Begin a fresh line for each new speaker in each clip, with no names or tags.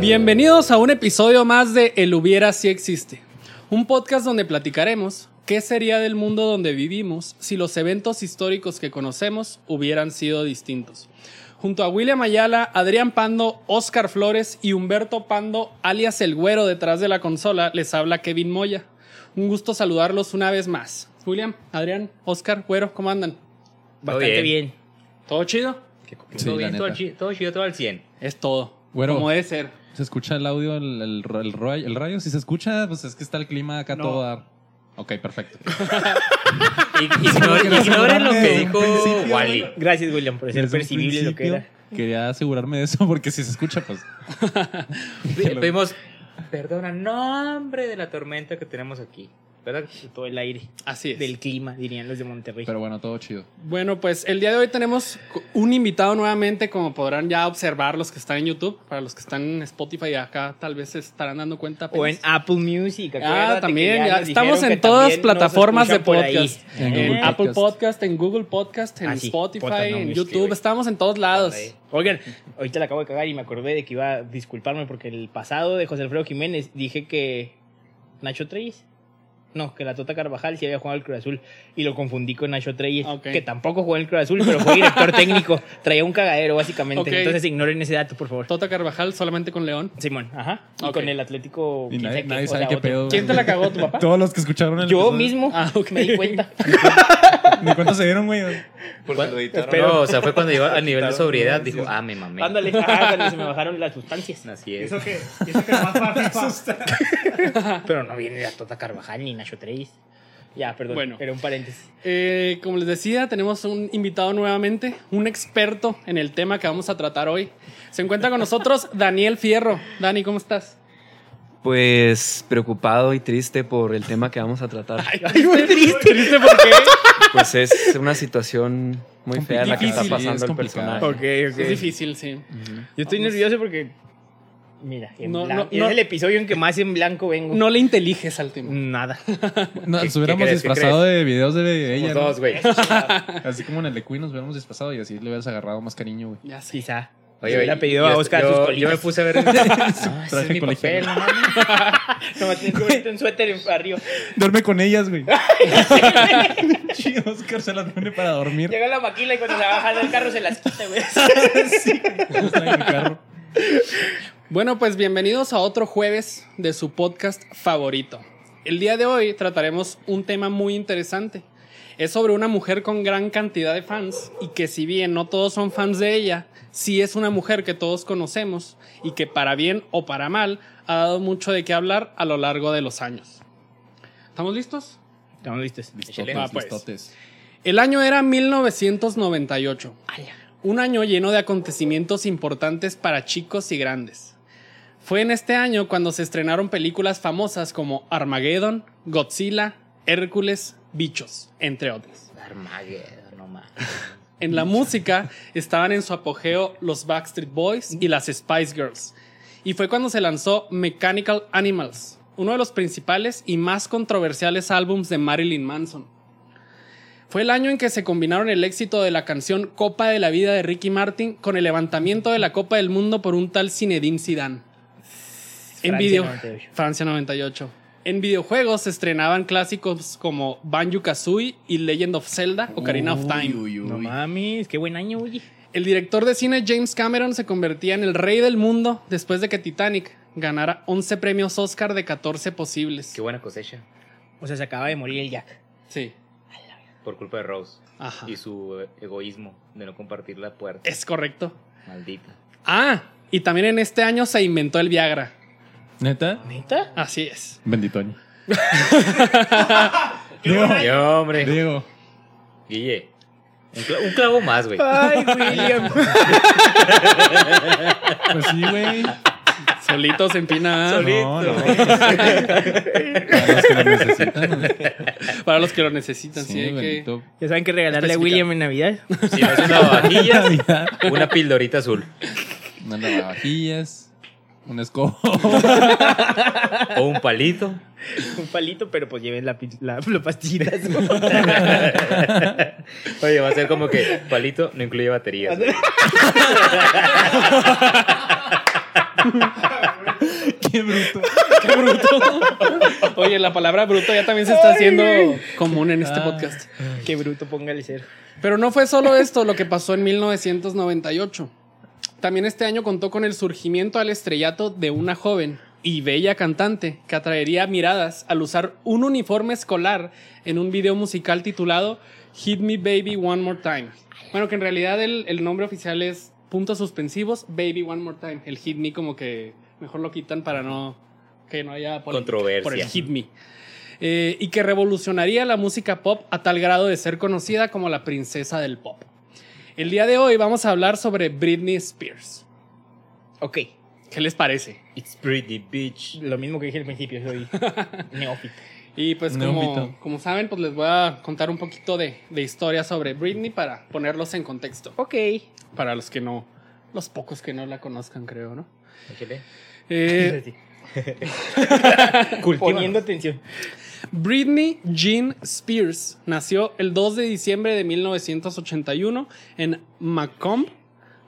Bienvenidos a un episodio más de El hubiera si existe, un podcast donde platicaremos qué sería del mundo donde vivimos si los eventos históricos que conocemos hubieran sido distintos. Junto a William Ayala, Adrián Pando, Oscar Flores y Humberto Pando, alias el güero detrás de la consola, les habla Kevin Moya. Un gusto saludarlos una vez más. William, Adrián, Oscar, güero, ¿cómo andan?
Bastante bien.
¿Todo chido?
Sí,
todo
la
bien, todo
neta.
chido, todo chido, todo al 100.
Es todo.
Güero.
Como debe ser.
¿Se escucha el audio, el, el, el ro- el radio? Si se escucha, pues es que está el clima acá
No.
todo dar. Ok, perfecto.
Ignoren, ignoren lo que
Desde un
dijo
principio,
Wally.
Gracias, William, por ser
Desde un
percibible lo que
principio
era.
Quería asegurarme de eso porque si se escucha, pues.
Pe- Pedimos, perdona, nombre de la tormenta que tenemos aquí. ¿Verdad?
Todo el aire
Así es.
del clima, dirían los de Monterrey.
Pero bueno, todo chido.
Bueno, pues el día de hoy tenemos un invitado nuevamente, como podrán ya observar los que están en YouTube, para los que están en Spotify acá tal vez se estarán dando cuenta.
o en
apenas.
Apple Music. acuérdate que
Ah, también, ya
nos
estamos
dijeron
en
que
todas
también nos
plataformas de
escuchan por ahí. Eh,
podcast.
En
En
Google
Apple
Podcast.
Podcast, en Google Podcast, en
Ah, sí,
Spotify,
podcast, no,
en
es que,
YouTube,
güey.
estamos en todos lados.
Oigan, ahorita la acabo de cagar y me acordé de que iba a disculparme porque el pasado de José Alfredo Jiménez dije que Nacho Treyes. No, que la Tota Carvajal sí había jugado al Cruz Azul y lo confundí con Nacho Treyes,
Ok.
que tampoco jugó en el Cruz Azul, pero fue director técnico. Traía un cagadero, básicamente.
Ok.
Entonces ignoren ese dato, por favor.
Tota Carvajal solamente con León.
Simón, ajá. Y
Ok.
con el Atlético.
Y
quién
nadie,
sabe qué,
nadie
o
sabe
sea,
qué
otro.
pedo.
¿Quién te la cagó, tu papá?
Todos los que escucharon el
Yo
episodio,
mismo
Ah, ok.
me di cuenta.
Ni cuánto se dieron, güey.
Pero, o sea, fue cuando llegó al nivel de sobriedad, dijo, ah, me mamé.
Ándale, ándale, se me bajaron las sustancias.
Así es.
Eso que, eso que nomás para FIFA.
Pero no viene la Tota Carvajal ni Nacho Treyes. Ya, perdón.
Bueno.
Era un paréntesis.
Eh, como les decía, tenemos un invitado nuevamente, un experto en el tema que vamos a tratar hoy. Se encuentra con nosotros Daniel Fierro. Dani, ¿cómo estás?
Pues preocupado y triste por el tema que vamos a tratar.
muy triste. ¿Triste por qué?
Pues es una situación muy fea la que está
Difícil,
pasando
es
el
complicada.
personaje.
Ok,
Es difícil, sí.
Yo estoy nervioso porque. Mira, en
No,
blanco-
no,
y
no.
es el episodio en que más en blanco vengo.
No le inteliges al tema.
Nada.
Nos
¿Qué- qué
hubiéramos
crees? ¿Qué
disfrazado de videos de
Somos
ella. ¿no?
dos, güey.
Así como en el de Queen nos hubiéramos disfrazado y así le hubieras agarrado más cariño, güey.
Ya sé.
Quizá.
Oye,
Le
güey,
ha pedido a
yo-
Oscar
yo-
sus
Yo
colitas.
me puse a ver.
Ese es mi
colegial.
papel, no mames. Nomás tienes que ponerte un suéter en- arriba.
Duerme con ellas, güey. Chido, Oscar se las pone para dormir.
Llega la maquila y cuando se baja del carro se las quita, güey.
Sí, está en el carro.
Bueno, pues bienvenidos a otro jueves de su podcast favorito. El día de hoy trataremos un tema muy interesante. Es sobre una mujer con gran cantidad de fans y que si bien no todos son fans de ella, sí es una mujer que todos conocemos y que para bien o para mal ha dado mucho de qué hablar a lo largo de los años. ¿Estamos listos?
Estamos listos.
Listotes,
Ah, pues.
listotes.
El año era 1998. Un año lleno de acontecimientos importantes para chicos y grandes. Fue en este año cuando se estrenaron películas famosas como Armageddon, Godzilla, Hércules, Bichos, entre otras.
Armageddon, no mames.
En la música estaban en su apogeo los Backstreet Boys y las Spice Girls. Y fue cuando se lanzó Mechanical Animals, uno de los principales y más controversiales álbums de Marilyn Manson. Fue el año en que se combinaron el éxito de la canción Copa de la Vida de Ricky Martin con el levantamiento de la Copa del Mundo por un tal Zinedine Zidane. En
Francia
video
98.
Francia 98. En videojuegos se estrenaban clásicos como Banjo Kazooie y Legend of Zelda o Karina of Time.
Uy, uy,
No
uy.
mames, qué buen año, oye.
El director de cine James Cameron se convertía en el rey del mundo después de que Titanic ganara 11 premios Oscar de 14 posibles.
Qué buena cosecha.
O sea, se acaba de morir el Jack.
Sí.
Por culpa de Rose
Ajá.
y su eh, egoísmo de no compartir la puerta.
Es correcto.
Maldita.
Ah, y también en este año se inventó el Viagra.
¿Neta?
¿Neta?
Así es.
Bendito año. Diego,
Y hombre.
Diego.
Guille. Un cla- un clavo más, güey.
Ay, William.
Pues sí, güey.
Solito se empina.
No, no. Para los que lo necesitan. güey.
Para los que lo necesitan, sí,
Sí,
hay que-
bendito.
¿Ya saben que regalarle a
Especifica.
William en Navidad?
Si no es una vajilla,
Navidad.
una pildorita azul.
Unas lavavajillas. Un escobo.
O un palito.
Un palito, pero pues lleven la, pi- la, la pastillita.
Oye, va a ser como que palito no incluye baterías. güey.
Qué bruto.
Qué bruto. Oye, la palabra bruto ya también se está haciendo común en este
Ah.
podcast.
Qué bruto, póngale cero.
Pero no fue solo esto lo que pasó en 1998. También este año contó con el surgimiento al estrellato de una joven y bella cantante que atraería miradas al usar un uniforme escolar en un video musical titulado Hit Me Baby One More Time. Bueno, que en realidad el, el nombre oficial es puntos suspensivos, Baby One More Time. El Hit Me como que mejor lo quitan para no que no haya polémica
Controversia.
por el Hit Me. Eh, y que revolucionaría la música pop a tal grado de ser conocida como la princesa del pop. El día de hoy vamos a hablar sobre Britney Spears.
Ok.
¿Qué les parece?
It's pretty bitch.
Lo mismo que dije al principio, soy neófito.
Y pues como,
Neófito.
como saben, pues les voy a contar un poquito de, de historia sobre Britney para ponerlos en contexto.
Ok.
Para los que no, los pocos que no la conozcan, creo, ¿no?
Ándale.
Eh,
Poniendo atención.
Britney Jean Spears nació el 2 de diciembre de 1981 en Macomb,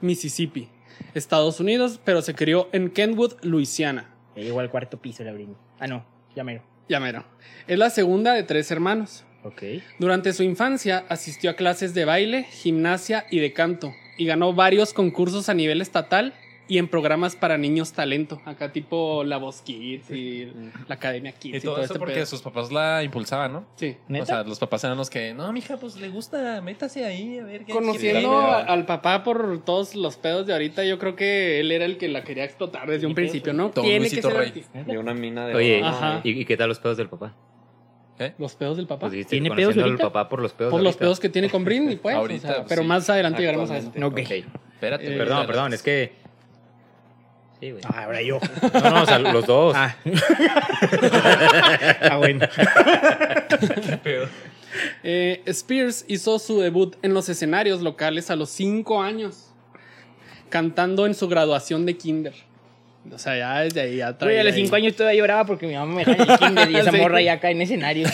Mississippi, Estados Unidos, pero se crió en Kenwood, Luisiana.
Me llegó al Eh, cuarto piso la Britney. Ah, no, ya mero.
Ya mero. Es la segunda de tres hermanos.
Ok.
Durante su infancia asistió a clases de baile, gimnasia y de canto y ganó varios concursos a nivel estatal y en programas para niños talento, acá tipo La Voz Kids y la Academia Kids
Y todo, eso
este
porque
pedo.
sus papás la impulsaban, ¿no?
Sí.
¿Neta?
O sea, los papás eran los que, no, mija, pues le gusta, métase ahí, a ver qué
Conociendo
quiere".
a- al papá por todos los pedos de ahorita, yo creo que él era el que la quería explotar desde un principio, ¿no?
Don
Tiene que
Luisito
ser
Rey.
artista.
¿eh? De una mina de.
Oye,
oro,
Ajá.
¿y, y qué tal los pedos del papá?
Los pedos del papá.
Pues dijiste,
¿Tiene
conociendo
pedos
al
ahorita?
papá por los pedos.
Por los
ahorita.
pedos que tiene con Britney, pues. o
Ahorita,
sea,
pues,
pero
sí.
más adelante llegaremos a eso.
Actualmente.
Ok.
Espérate,
Eh,
Perdón, perdón, es que. Sí, güey.
Ah, ahora yo.
No, no, o sea, los dos.
Ah. ah, bueno.
Eh, Spears hizo su debut en los escenarios locales a los 5 años, cantando en su graduación de kinder. O sea, ya desde ahí ya
Güey,
traía
a los
ahí-
cinco años todavía lloraba porque mi mamá me dejaba en el kinder y esa
Sí.
morra ya acá en escenario.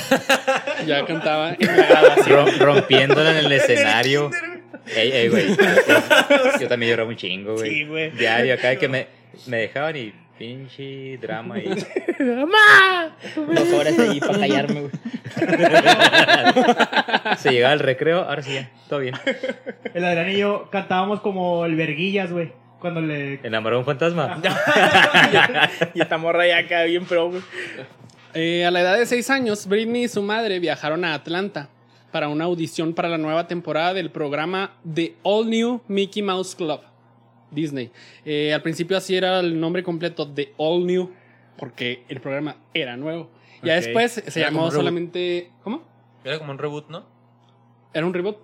Ya cantaba en la graduación.
Rom- rompiéndola en el escenario. Ey, ey, güey. Yo también lloraba un chingo, güey.
Sí, güey.
Diario, acá que me, me dejaban y pinche drama y
¡Mamá! Dos horas ahí para callarme, güey.
se llegaba al recreo, ahora sí ya, todo bien.
El Adrián y yo cantábamos como el verguillas, güey. Cuando le.
Enamoró a un fantasma.
Y esta morra ya acá bien pro, güey.
Eh, a la edad de 6 años, Britney y su madre viajaron a Atlanta para una audición para la nueva temporada del programa The All New Mickey Mouse Club Disney. Eh, al principio así era el nombre completo, The All New, porque el programa era nuevo. Ya
Ok.
después se
Era como
llamó
un reboot.
solamente... ¿Cómo?
Era como un reboot, ¿no?
¿Era un reboot?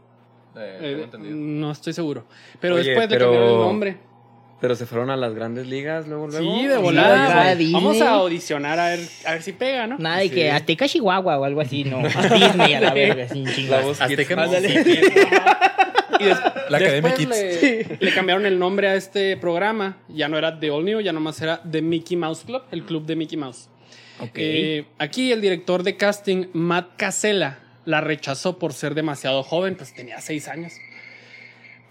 Eh,
Eh,
tengo entendido.
no estoy seguro. Pero
Oye,
después de
pero-
cambiar el nombre.
Pero se fueron a las grandes ligas luego, luego.
Sí, de
Sí,
volada.
ojalá
güey.
Disney.
Vamos a audicionar a ver, a ver si pega, ¿no?
Nada de que Azteca Chihuahua o algo así, no. Disney a la verga, sin
La
chingados.
voz
Hasta que
Y des-
La Academia
después
Kids.
Le, le cambiaron el nombre a este programa. Ya no era The All New, ya nomás era The Mickey Mouse Club, el club de Mickey Mouse.
Ok.
Eh, aquí el director de casting, Matt Casella, la rechazó por ser demasiado joven, pues tenía seis años.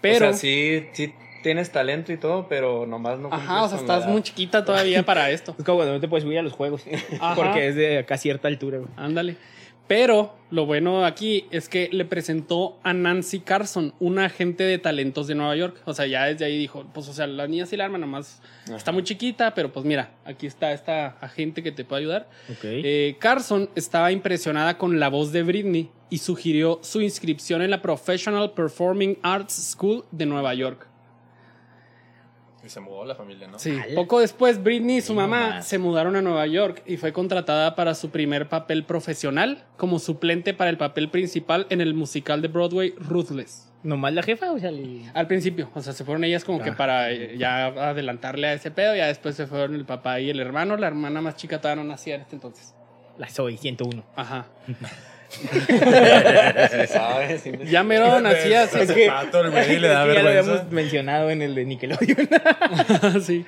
Pero.
Pero. O sea, sí, sí tienes talento y todo, pero nomás no.
Ajá, o sea, estás muy
mucho
chiquita todavía para esto.
Es como cuando no te puedes subir a los juegos.
Ajá.
Porque es de acá cierta altura, güey.
Ándale. Pero lo bueno aquí es que le presentó a Nancy Carson, una agente de talentos de Nueva York. O sea, ya desde ahí dijo, pues, o sea, la niña sí la arma, nomás está muy chiquita, pero pues mira, aquí está esta agente que te puede ayudar.
Ok.
Eh, Carson estaba impresionada con la voz de Britney y sugirió su inscripción en la Professional Performing Arts School de Nueva York.
Y se mudó la familia, ¿no?
Sí.
Ala.
Poco después, Britney y su
Ahí
mamá
nomás.
se mudaron a Nueva York y fue contratada para su primer papel profesional como suplente para el papel principal en el musical de Broadway Ruthless.
Nomás la jefa, o sea, le-
Al principio, o sea, se fueron ellas como que
Ah.
para eh, ya adelantarle a ese pedo, ya después se fueron el papá y el hermano, la hermana más chica todavía no nacía en este entonces.
la soy 101.
Ajá.
¿Sabes?
Ya mero nacía, sí,
Es que el güey le da
Creo que ya lo
vergüenza.
habíamos mencionado en el de Nickelodeon.
Sí.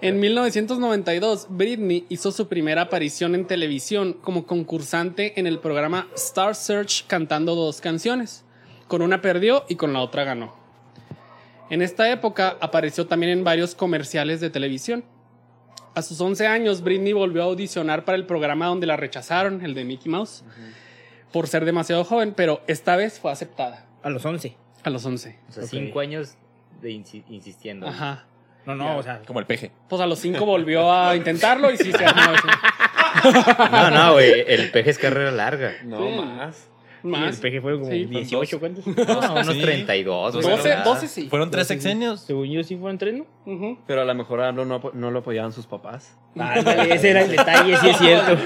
En 1992, Britney hizo su primera aparición en televisión como concursante en el programa Star Search cantando dos canciones. Con una perdió y con la otra ganó. En esta época apareció también en varios comerciales de televisión. A sus 11 años, Britney volvió a audicionar para el programa donde la rechazaron, el de Mickey Mouse, por ser demasiado joven, pero esta vez fue aceptada
A los 11.
a los 11.
O sea,
Ok.
cinco años de insi- insistiendo.
Ajá.
No, no, o sea.
Como el peje.
Pues a los 5 volvió a intentarlo y sí se armó. sí.
No, no, güey. El peje es carrera larga.
No
Sí.
más.
El
Más.
peje fueron como
Sí,
18, ¿cuántos?
No, unos
Sí.
32. güey.
12,
Pero-
12 sí.
Fueron tres
Sí, sí, sí.
sexenios.
Según yo sí fueron tres, ¿no?
Ujú.
Pero a lo mejor a AMLO no, apo- no lo apoyaban sus papás.
Ándale, ese era el detalle, sí es cierto.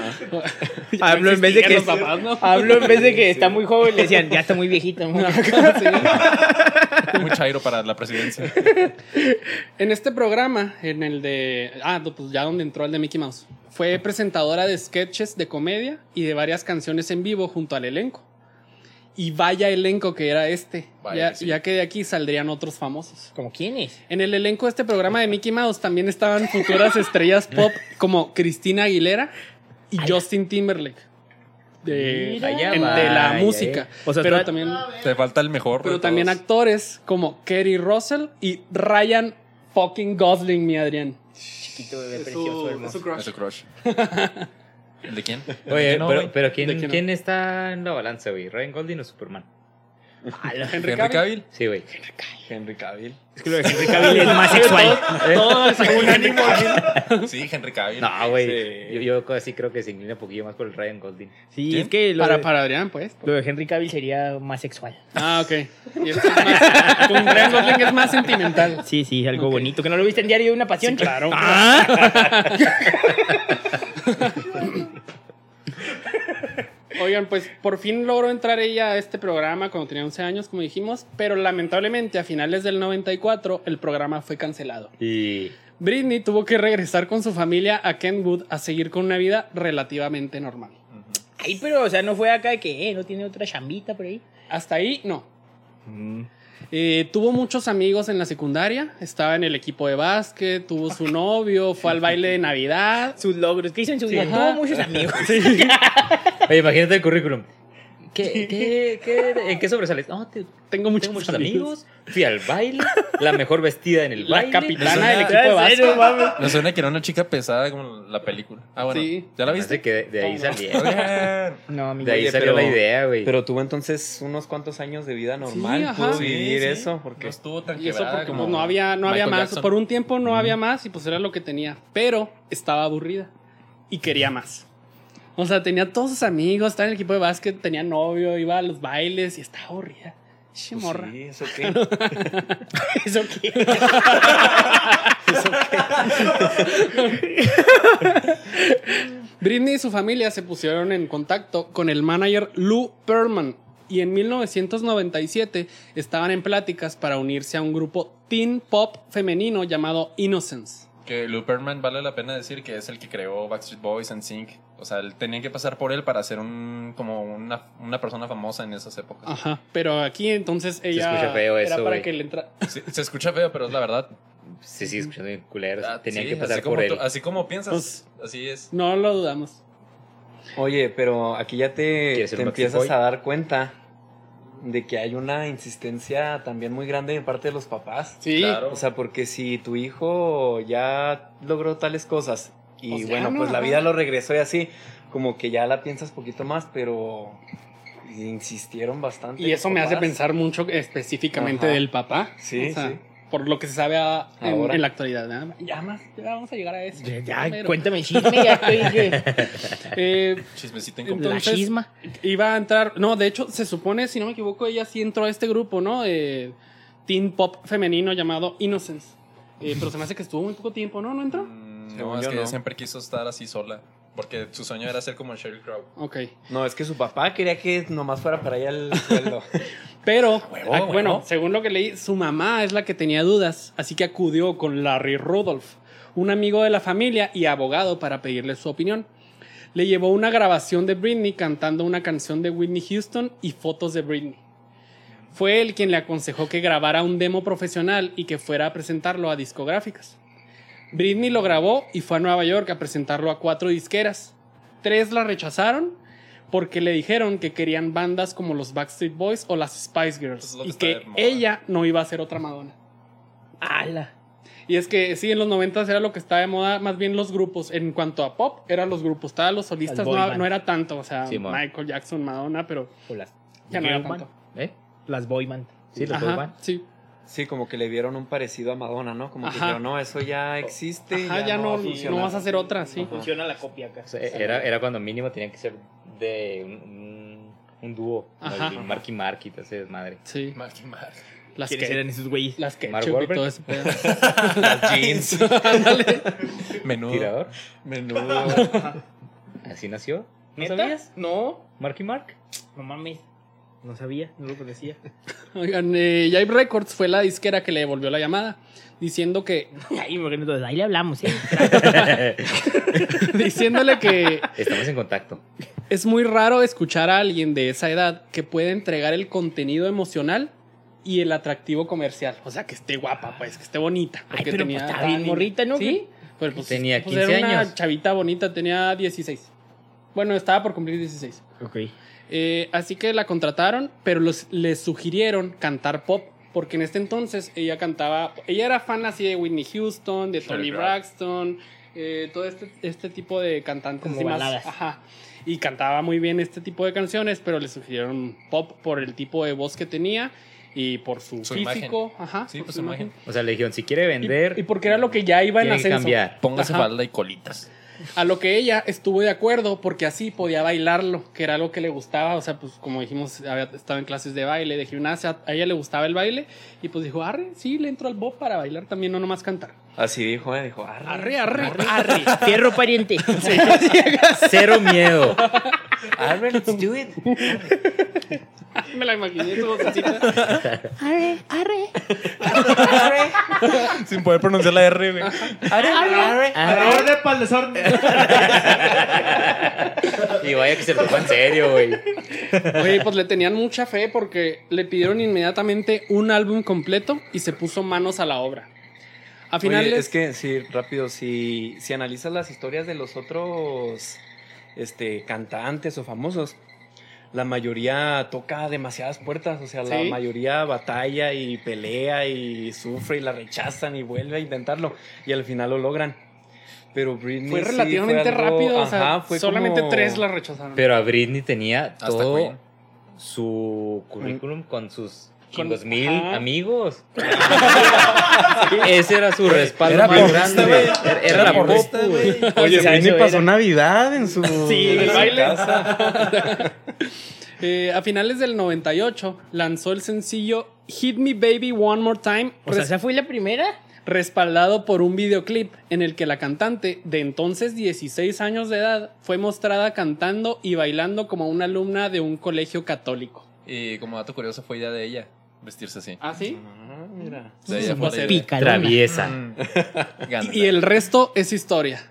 Ah, Hablo en vez de que
Los papás, ¿no?
Hablo en vez de que está muy joven, le decían, ya está muy viejito. ¿no?
Muy chairo para la presidencia.
En este programa, en el de. Ah, no, pues ya donde entró el de Mickey Mouse. Fue presentadora de sketches de comedia y de varias canciones en vivo junto al elenco. Y vaya elenco que era este.
Vaya
Ya,
que sí.
ya que de aquí saldrían otros famosos.
¿Como quién es?
En el elenco de este programa de Mickey Mouse también estaban futuras estrellas pop como Cristina Aguilera y Justin Timberlake. De,
Mira.
en- de la
Vaya,
música.
O sea,
pero
está-
también,
Te falta el mejor.
pero
de
también
todos.
actores como Kerry Russell y Ryan fucking Gosling, mi Adrián.
Chiquito bebé
Es
precioso,
su- es
hermoso.
su crush.
Es su crush. ¿El de quién?
Oye,
No,
pero,
güey.
pero
¿De
¿quién,
quién no?
quién está en la balanza, güey? ¿Ryan Golding o Superman?
Henry
Henry
Cavill.
Cavill.
Sí, güey.
Henry Cavill.
Es que lo de Henry Cavill es más sexual.
Sí, Henry Cavill.
No, güey.
Sí.
Yo, yo casi creo que se inclina un poquillo más por el Ryan Golding.
Sí,
¿Quién?
es que lo,
Para,
de,
para Adrián, pues.
lo de Henry Cavill sería más sexual.
Ah, ok. Y este es más, con Ryan Gosling es más sentimental.
Sí, sí, algo
Ok.
bonito. ¿Que no lo viste en Diario de una Pasión? Ah. claro.
Oigan, pues por fin logró entrar ella a este programa cuando tenía 11 años, como dijimos, pero lamentablemente a finales del 94 el programa fue cancelado.
Y
Britney tuvo que regresar con su familia a Kenwood a seguir con una vida relativamente normal.
Ay, pero, o sea, no fue acá de que, eh, no tiene otra chambita por ahí.
Hasta ahí, no. Eh, tuvo muchos amigos en la secundaria, estaba en el equipo de básquet, tuvo su novio, fue al baile de Navidad.
Sus logros, ¿qué hizo en su vida?
Ajá.
Tuvo muchos amigos.
Oye, imagínate el currículum. ¿Qué, qué, qué, ¿En qué sobresales? No, te-
Tengo muchos,
tengo muchos amigos. Fui al baile. La mejor vestida en el
La
baile.
capitana
Eso
del
ya-
equipo de básquet.
Me suena que era una chica pesada como la película. Ah, bueno.
Sí.
¿Ya la
Parece
viste?
que de, de ahí salieron.
Bien.
No, amigo.
De ahí
Oye,
salió la
pero-
idea, güey.
Pero tuvo entonces unos cuantos años de vida normal.
Sí, ajá.
Pudo
Sí,
vivir
Sí,
eso.
sí.
Porque
No estuvo tan
Y eso
quebrada
porque
como
pues, no había, no había
Michael
más.
Jackson.
Por un tiempo no había más y pues era lo que tenía. Pero estaba aburrida y quería más. O sea, tenía todos sus amigos, estaba en el equipo de básquet, tenía novio, iba a los bailes y estaba aburrida. Che,
Pues
morra.
sí, ¿eso qué?
¿Eso qué?
Britney y su familia se pusieron en contacto con el manager Lou Perman y en 1997 estaban en pláticas para unirse a un grupo teen pop femenino llamado Innocence.
Que Luperman vale la pena decir que es el que creó Backstreet Boys and Sync. O sea, él- tenían que pasar por él para ser un, como una, una persona famosa en esas épocas.
Ajá, pero aquí entonces ella
escucha feo
era
eso,
para
güey.
que le entra
Sí, se escucha feo, pero es la verdad.
Sí, sí, escuchando bien culeros.
Ah,
Tenían
sí,
que pasar
así como
por él.
tú- así como piensas,
Pues-
así es.
No lo dudamos.
Oye, pero aquí ya te,
¿Quieres ser
te
un Backstreet
empiezas
Boy?
a dar cuenta de que hay una insistencia también muy grande de parte de los papás.
Sí.
Claro.
O sea, porque si tu hijo ya logró tales cosas y
Pues ya
bueno,
no,
pues la
ajá.
vida lo regresó y así, como que ya la piensas poquito más, pero insistieron bastante.
Y eso
los
me hace
papás.
pensar mucho específicamente
Ajá.
del papá.
Sí,
O sea,
sí.
Por lo que se sabe a- en,
Ahora.
en la actualidad. ¿verdad? Ya más, ya vamos a llegar a eso.
Ya, ya,
Pero,
cuéntame el chisme, ya estoy. que-
eh,
Chismecito en
Entonces-
la chisma.
iba a entrar. No, de hecho, se supone, si no me equivoco, ella sí entró a este grupo, ¿no? De teen pop femenino llamado Innocence. Eh, pero se me hace que estuvo muy poco tiempo, ¿no? ¿No entró?
Mm, No,
Según
es
yo,
que
no.
ella siempre quiso estar así sola. Porque su sueño era ser como Sheryl Crow.
Ok.
No, es que su papá quería que nomás fuera para allá el sueldo.
Pero,
huevo,
ah,
huevo.
bueno, según lo que leí, su mamá es la que tenía dudas, así que acudió con Larry Rudolph, un amigo de la familia y abogado, para pedirle su opinión. Le llevó una grabación de Britney cantando una canción de Whitney Houston y fotos de Britney. Fue él quien le aconsejó que grabara un demo profesional y que fuera a presentarlo a discográficas. Britney lo grabó y fue a Nueva York a presentarlo a cuatro disqueras. Tres la rechazaron porque le dijeron que querían bandas como los Backstreet Boys o las Spice
Eso es
Girls
lo que
y
está
que
de moda.
ella no iba a ser otra Madonna.
Ala.
Y es que sí, en los 90 era lo que estaba de moda, más bien los grupos. En cuanto a pop, eran los grupos. Estaban los solistas,
Las boy
no,
bands.
no era tanto. O sea,
Simón.
Michael Jackson, Madonna, pero
O las,
ya no era
Girl band.
tanto.
¿Eh?
las boyband.
Sí, los
Ajá,
boy band.
sí.
Sí, como que le vieron un parecido a Madonna, ¿no? Como que
Ajá.
dijeron, no, eso ya existe.
Ajá, ya
va
no,
a funcionar".
no vas a hacer otra, sí.
Ajá.
Funciona la copia acá.
O sea, era, era cuando mínimo tenían que ser de un, un, un dúo.
Ajá.
Marky Marky Mark y todo ese desmadre.
Sí.
Marky Mark.
Las
¿Quiénes eran
que.
esos güeyes?
Las que
Mark
y
Wahlberg.
todo ese pedo.
Las jeans.
Ándale.
Menudo.
Tirador.
Menudo.
Así nació.
¿No sabías? No,
Marky Mark.
no mames. No sabía, no lo conocía.
Oigan, eh, Jive Records fue la disquera que le devolvió la llamada, diciendo que,
Ahí, porque nosotros, ahí le hablamos, ¿eh?
diciéndole que
Estamos en contacto.
es muy raro escuchar a alguien de esa edad que puede entregar el contenido emocional y el atractivo comercial. O sea, que esté guapa, pues, que esté bonita.
Ay,
porque
pero
tenía
pues, está bien
ni-
morrita, ¿no?
Sí, pero pues,
Tenía
pues,
15
era una
años.
chavita bonita, tenía 16. Bueno, estaba por cumplir 16.
ok.
Eh, así que la contrataron, pero los, les sugirieron cantar pop. Porque en este entonces ella cantaba. Ella era fan así de Whitney Houston, de
Shirley
Tony
Brown.
Braxton, eh, todo este, este tipo de cantantes.
Como
así más-
baladas.
ajá. Y cantaba muy bien este tipo de canciones, pero le sugirieron pop por el tipo de voz que tenía y por su,
Su
físico. Ajá,
Sí,
por
pues
su
su imagen.
O sea, le dijeron, si quiere
Y-
vender,
Y, porque era lo que ya iba en
tiene que
ascenso.
cambiar.
Póngase
Ajá.
falda y colitas.
A lo que ella estuvo de acuerdo porque así podía bailarlo, que era algo que le gustaba. O sea, pues como dijimos, había estado en clases de baile, de gimnasia, a ella le gustaba el baile y pues dijo, arre, sí, le entro al bob para bailar también, no nomás cantar.
Así dijo, ¿eh? Dijo, "Arre".
Arre, arre, arre.
Fierro pariente.
cero miedo.
Arre, let's do it.
Me la imaginé su vocecita.
Arre, arre.
Arre,
Sin poder pronunciar la R, güey.
arre, arre.
Para
arre.
orden, pa'l desorden.
Y vaya que se lo toma en serio, güey.
Oye, pues le tenían mucha fe porque le pidieron inmediatamente un álbum completo y se puso manos a la obra. A finales.
Oye, es que, sí, rápido, si, si analizas las historias de los otros este, cantantes o famosos, la mayoría toca demasiadas puertas, o sea, la
Sí.
mayoría batalla y pelea y sufre y la rechazan y vuelve a intentarlo y al final lo logran. Pero Britney
fue
sí
relativamente
algo-
rápido, o
ajá,
sea,
fue
solamente
como-
tres la rechazaron.
Pero a Britney tenía
Hasta
todo
Queen.
su currículum con sus
Con-
chingos mil
ajá.
amigos. Ese era su respaldo
Era
más
porrista,
grande.
güey.
Era, era la
Era
pop,
porrista,
güey.
Oye,
Se
Britney
hizo,
pasó
era.
Navidad en su,
Sí, en el
su
baile.
casa.
Eh, a finales del 98 lanzó el sencillo Hit Me Baby One More Time,
O sea,
res-
¿esa fue la primera?
respaldado por un videoclip en el que la cantante, de entonces 16 años de edad, fue mostrada cantando y bailando como una alumna de un colegio católico.
Y como dato curioso, fue idea de ella vestirse así.
¿Ah, sí?
Ah, mira.
De ella fue
Va a
la
ser
idea.
Traviesa.
Mm. Gana.
Y el resto es historia.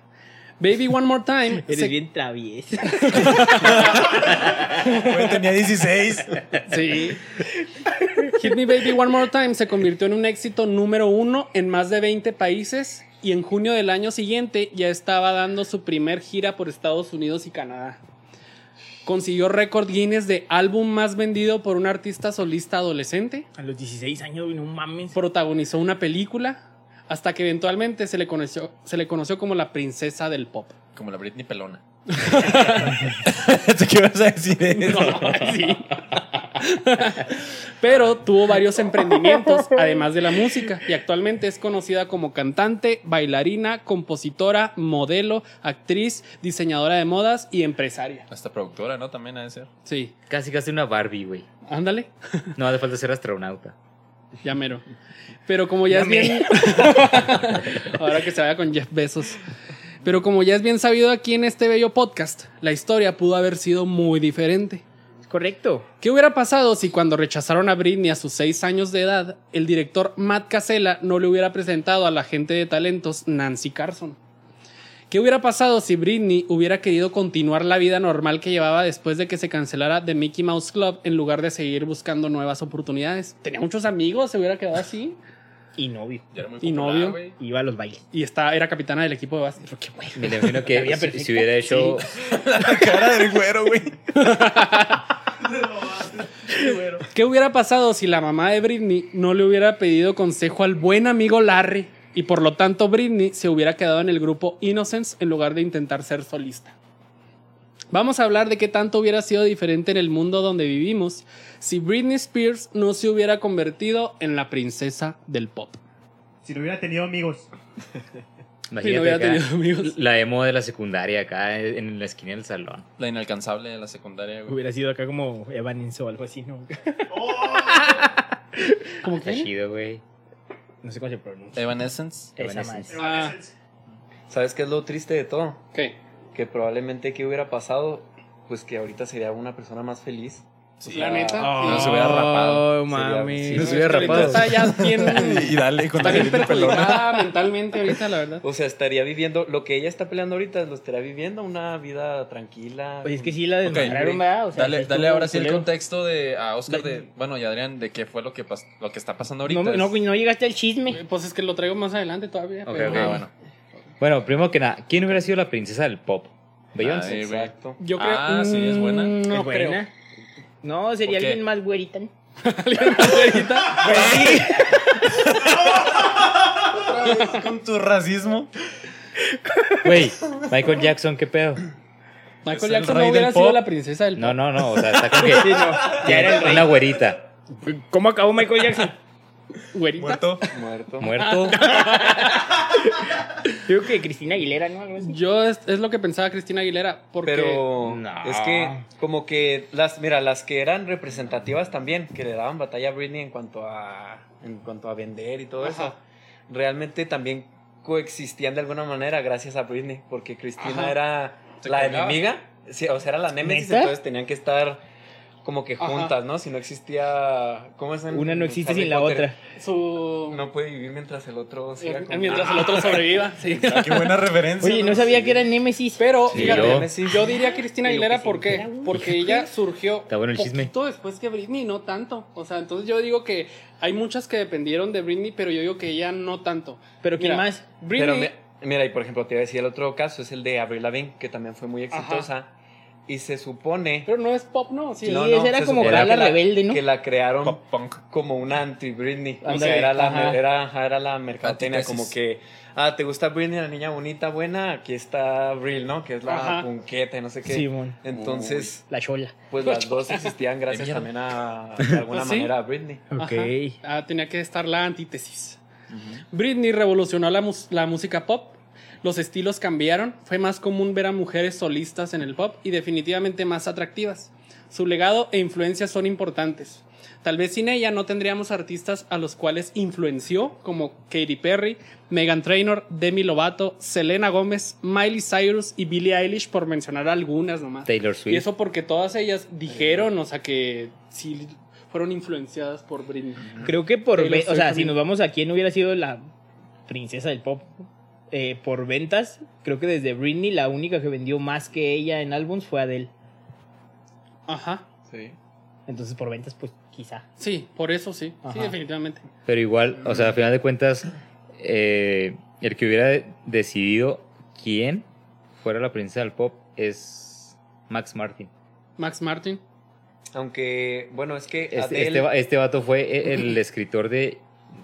Baby One More Time
Eres
se-
bien traviesa.
tenía 16.
Sí. Hit Me Baby One More Time se convirtió en un éxito número uno en más de 20 países y en junio del año siguiente ya estaba dando su primer gira por Estados Unidos y Canadá. Consiguió récord Guinness de álbum más vendido por un artista solista adolescente.
A los 16 años, güey, no mames.
Protagonizó una película hasta que eventualmente se le conoció, se le conoció como la princesa del pop.
Como la Britney pelona.
¿Qué vas a decir?
Sí. Pero tuvo varios emprendimientos, además de la música, y actualmente es conocida como cantante, bailarina, compositora, modelo, actriz, diseñadora de modas y empresaria.
Hasta productora, ¿no? También ha de ser.
Sí,
Casi casi una Barbie, güey.
ándale,
No hace falta ser astronauta.
ya mero. Pero como ya,
Ya
es bien. Ahora que se vaya con Jeff Bezos. Pero como ya es bien sabido aquí en este bello podcast, la historia pudo haber sido muy diferente.
Es correcto.
¿Qué hubiera pasado si cuando rechazaron a Britney a sus seis años de edad, el director Matt Casella no le hubiera presentado a la agente de talentos Nancy Carson? ¿Qué hubiera pasado si Britney hubiera querido continuar la vida normal que llevaba después de que se cancelara The Mickey Mouse Club en lugar de seguir buscando nuevas oportunidades? Tenía muchos amigos, se hubiera quedado así.
Y novio.
Ya era muy
Y
popular,
novio.
güey.
Iba a los bailes.
Y está, era capitana del equipo de básquet. Pero qué güey.
Me imagino que
vida
si- si,
perfecta.
hubiera hecho
Cara del güero, güey.
¿Qué hubiera pasado si la mamá de Britney no le hubiera pedido consejo al buen amigo Larry Y por lo tanto, Britney se hubiera quedado en el grupo Innocence en lugar de intentar ser solista. Vamos a hablar de qué tanto hubiera sido diferente en el mundo donde vivimos si Britney Spears no se hubiera convertido en la princesa del pop.
Si no hubiera tenido amigos.
Si no hubiera
acá,
tenido amigos.
La emo de la secundaria acá en la esquina del salón.
La inalcanzable de la secundaria, güey.
Hubiera sido acá como Evanes o algo así, ¿no?
Oh,
¿Cómo
Está
que?
chido, güey.
No sé cómo se pronuncia.
Evanescence.
Esa
Evanescence.
madre.
Ah,
¿Sabes qué es lo triste de todo?
¿qué?
Que probablemente qué hubiera pasado, pues que ahorita sería una persona más feliz.
Sí.
La neta.
Ah,
sí.
no se hubiera rapado.
Oh, mami.
Sí,
No,
no
es
se hubiera
que ahorita
rapado.
Está ya bien,
Y dale con
está
la
bien
pelita pelona.
perjudicada mentalmente ahorita, la verdad.
O sea, estaría viviendo lo que ella está peleando ahorita, lo estaría viviendo una vida tranquila.
Oye, es que sí la desmadraron,
Ok.
¿verdad? O sea,
Dale,
sí estuvo
dale ahora sí el
culero.
contexto de a Oscar
La-
de, bueno, y Adrián, de qué fue lo que pas- lo que está pasando ahorita.
No, no, no llegaste al chisme.
Eh, Pues es que lo traigo más adelante todavía.
Ok,
pero-
ok.
Ah, bueno.
Bueno, primero que nada, ¿quién hubiera sido la princesa del pop? Beyoncé.
Ay, güey.
Exacto.
Yo creo.
Ah, sí, es buena.
Mm, No
¿Es
creo.
buena? No, sería
¿Por qué?
alguien más güerita. ¿no?
Con tu racismo.
Güey, Michael Jackson, ¿qué pedo?
Michael
el
Jackson no
rey del
hubiera sido
pop.
la princesa del pop.
No, no, no, o sea, está como que tiene una güerita
¿Cómo acabó Michael Jackson?
Güerita.
Muerto.
Muerto.
muerto.
Creo que Cristina Aguilera, ¿no? Algo así.
Yo es, es lo que pensaba Cristina Aguilera. Porque.
Pero
No.
es que como que las, mira, las que eran representativas también, que le daban batalla a Britney en cuanto a en cuanto a vender y todo
Ajá.
eso, realmente también coexistían de alguna manera gracias a Britney, porque Cristina
Ajá.
era
Se
la
colgaba.
enemiga, sí, o sea, era la némesis,
¿Neta?
entonces tenían que estar como que
Ajá.
juntas, ¿no? Si no existía, ¿cómo es? en-
Una no
en
existe
Harry
sin la
Potter?
otra.
Su.
No puede vivir mientras el otro siga
Eh,
con-
mientras el otro sobreviva. Sí.
Qué buena referencia.
Oye, no sabía que era Némesis.
Pero,
Sí,
fíjate,
yo.
Némesis.
yo diría Cristina
Y lo que
Aguilera
se
¿por qué?
entera, güey.
porque ella surgió
Está bueno el chisme.
poquito después que Britney, no tanto. O sea, entonces yo digo que hay muchas que dependieron de Britney, pero yo digo que ella no tanto.
Pero ¿quién
Mira,
más?
Britney,
Pero mi- mira, y por ejemplo, te iba a decir el otro caso, es el de Avril Lavigne, que también fue muy exitosa. Y se supone
pero no es pop, ¿no? Sí,
Sí,
es-
no, no,
esa era
se
como
supone
Carla
que la-
Rebelde, ¿no?
que la crearon
Pop punk.
como una anti-Britney. O sea,
Ándale,
era la,
ajá.
era, ajá, era la mercadotecnia,
Antítesis.
como que, ah, ¿te gusta Britney, la niña bonita, buena? Aquí está Avril, ¿no? Que es la
Ajá.
punqueta y no sé qué.
Simón.
Entonces,
La chola.
pues las dos existían gracias
mierda.
también a, de alguna
¿Sí?
manera, a Britney.
Ajá.
Ok.
Ah, tenía que estar la antítesis. Britney revolucionó la, mus- la música pop. Los estilos cambiaron. Fue más común ver a mujeres solistas en el pop y definitivamente más atractivas. Su legado e influencia son importantes. Tal vez sin ella no tendríamos artistas a los cuales influenció, como Katy Perry, Megan Trainor, Demi Lovato, Selena Gómez, Miley Cyrus y Billie Eilish, por mencionar algunas nomás.
Taylor
Y
Swift.
eso porque todas ellas dijeron, o sea, que sí fueron influenciadas por Britney.
Creo que por.
Taylor
ve- O
Swift
sea, si
también.
nos vamos a quién hubiera sido la princesa del pop eh, por ventas, creo que desde Britney la única que vendió más que ella en álbums fue Adele.
Ajá.
Sí.
Entonces, por ventas, pues quizá.
Sí, por eso sí. Sí,
Ajá.
definitivamente.
Pero igual, o sea, a final de cuentas, eh, el que hubiera de- decidido quién fuera la princesa del pop es Max Martin.
Max Martin.
Aunque, bueno, es que
Este,
Adele-
este va- este vato fue e- el escritor de.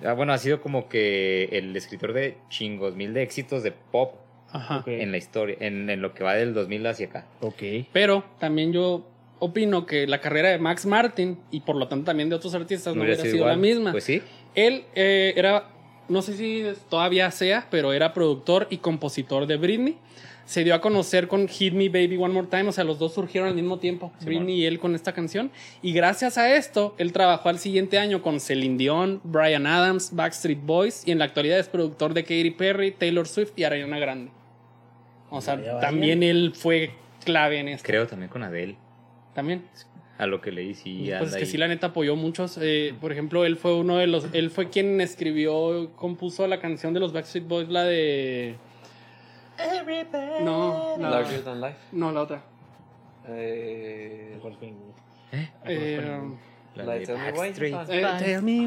ah, bueno, ha sido como que el escritor de chingos mil de éxitos de pop
Ajá.
en la historia, en, en lo que va del 2000 hacia acá.
Ok.
Pero también yo opino que la carrera de Max Martin y por lo tanto también de otros artistas no hubiera sido, la
igual.
misma.
Pues sí.
Él eh, era, no sé si todavía sea, pero era productor y compositor de Britney. Se dio a conocer con Hit Me Baby One More Time, o sea, los dos surgieron al mismo tiempo, Britney y él con esta canción. Y gracias a esto, él trabajó al siguiente año con Celine Dion, Brian Adams, Backstreet Boys y en la actualidad es productor de Katy Perry, Taylor Swift y Ariana Grande. O sea,
Vaya, vaya.
también él fue clave en esto.
Creo también con Adele.
También.
A lo que leí, sí.
Pues
anda
es que
ahí.
sí, la neta apoyó muchos. Eh, por ejemplo, él fue uno de los. Él fue quien escribió, compuso la canción de los Backstreet Boys, la de. No, la,
Larger Than Life.
no, la otra.
Eh,
Eh,
La
la de
de
Tell Me Why.
Backstreet.
Ah,
eh, tell me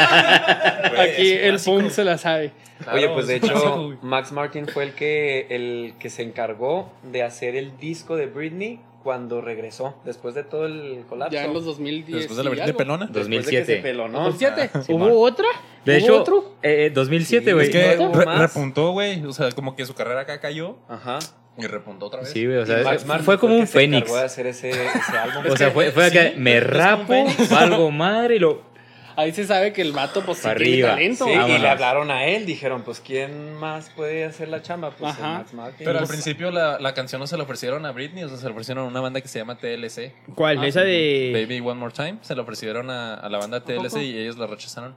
Aquí el punk se la sabe.
Oye, pues de hecho, Max Martin fue el que, el que se encargó de hacer el disco de Britney cuando regresó, después de todo el colapso.
Ya en los 2010.
Después de
y
la versión de
algo.
Pelona.
Después de que se
2007.
pelonó.
2007.
Simón.
¿Hubo otra?
De
¿Hubo
hecho,
otro?
eh, eh, 2007,
Sí,
güey.
Es que
¿No?
re-
Más.
repuntó, güey. O sea, como que su carrera acá cayó
Ajá.
y repuntó otra vez.
Sí, güey, o sea,
Y Max
es-
Martin
fue como
el
un
que se encargó
fénix.
de hacer ese, ese álbum.
O sea, fue, fue
Sí,
acá, me
es como un
rapo,
fénix.
algo madre y lo...
Ahí se sabe que el vato, pues, sí
Para
tiene
arriba.
talento.
Sí,
güey.
y
Vámonos.
le hablaron a él, dijeron, pues, ¿quién más puede hacer la chamba? Pues, el
Ajá.
Max Martin.
Pero al
Pues,
principio la, la canción no se la ofrecieron a Britney, o sea, se la ofrecieron a una banda que se llama TLC.
¿Cuál?
Ah,
Esa de.
Baby One More Time. Se la ofrecieron a, a la banda TLC y ellos la rechazaron.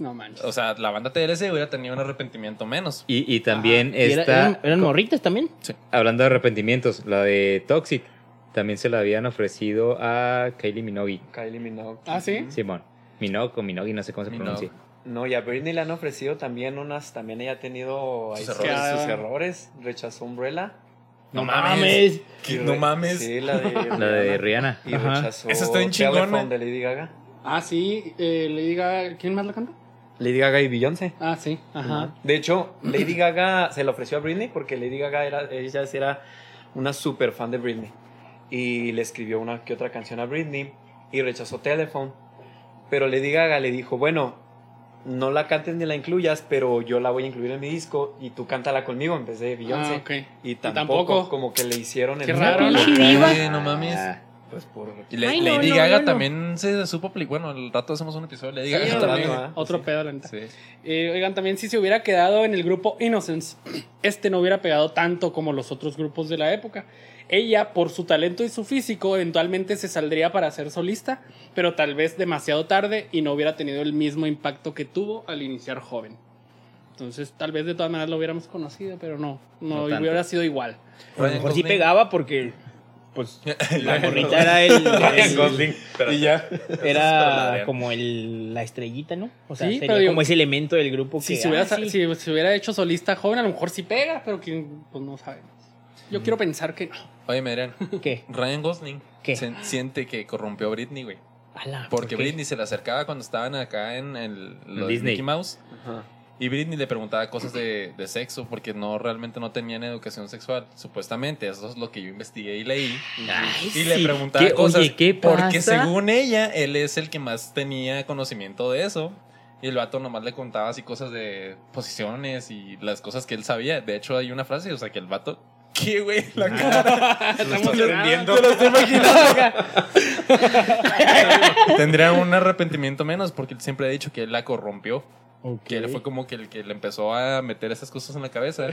No manches.
O sea, la banda TLC hubiera tenido un arrepentimiento menos.
Y, y también
¿Y era-
está,
eran, eran morritas también.
hablando de arrepentimientos, la de Toxic, también se la habían ofrecido a Kylie Minogue.
Kylie Minogue.
Ah, ¿sí?
Simón. Minogue o Minogue, no sé cómo se
Minogue.
pronuncia.
No, y a Britney le han ofrecido también unas, también ella ha tenido ahí
Sus
sus
errores.
errores. Sus errores. Rechazó Umbrella.
No
mames.
Que No mames.
Sí, la de Rihanna.
La de Rihanna.
Y
Ajá.
rechazó
Esa está bien
Telephone
chingona.
de Lady Gaga.
Ah, sí. eh, le diga, ¿quién más la canta?
Lady Gaga y Beyoncé.
Ah, sí. Ajá.
De hecho, Lady Gaga se la ofreció a Britney porque Lady Gaga era, ella sí era una super fan de Britney. Y le escribió una que otra canción a Britney y rechazó Telephone. Pero Lady Gaga le dijo, bueno, no la cantes ni la incluyas, pero yo la voy a incluir en mi disco y tú cántala conmigo en vez de Beyoncé.
Ah, ok.
Y tampoco,
tampoco.
como que le hicieron el
Qué raro, ¿no?
Sí, no mames.
Ah,
Pues por
Y le-
Ay, no,
Lady
no,
Gaga
no.
también se supo. pli- Bueno, al rato hacemos un episodio de Lady
Sí,
Gaga
yo
también.
también.
¿verdad?
Otro pedo, la neta.
Sí.
Eh, oigan, también si se hubiera quedado en el grupo Innocence, este no hubiera pegado tanto como los otros grupos de la época. Ella, por su talento y su físico, eventualmente se saldría para ser solista, pero tal vez demasiado tarde y no hubiera tenido el mismo impacto que tuvo al iniciar joven. Entonces, tal vez de todas maneras lo hubiéramos conocido, pero no,
No
no,
tanto.
hubiera sido igual.
A lo
Ryan
mejor sí
Gosling.
pegaba porque. Pues la morrita era el. el-
Y ya.
era como el, la estrellita, ¿no? O sea,
Sí,
sería
pero digo-
como ese elemento del grupo que.
si, se hubiera,
ah,
sa-
sí.
si se hubiera hecho solista joven, a lo mejor sí pega, pero quién, pues no sabemos.
Mm.
Yo quiero pensar que no.
Oye, me dirán,
¿Qué?
Ryan Gosling
¿Qué?
se- siente que corrompió a Britney, güey.
Ala, ¿por
Porque
qué?
Britney se le acercaba cuando estaban acá en el lo de
Disney.
Mickey Mouse. Y Britney le preguntaba cosas de, de sexo porque no realmente no tenían educación sexual, supuestamente. Eso es lo que yo investigué y leí.
Ay,
Y le
sí.
preguntaba
¿Qué?
cosas.
Oye, ¿qué
Porque
pasa?
según ella, él es el que más tenía conocimiento de eso. Y el vato nomás le contaba así cosas de posiciones y las cosas que él sabía. De hecho, hay una frase, o sea, que el vato... ¿Qué, güey? La cara.
Estamos
Te lo estoy imaginando acá. Tendría un arrepentimiento menos porque él siempre ha dicho que él la corrompió. Que él fue como que el que le empezó a meter esas cosas en la cabeza.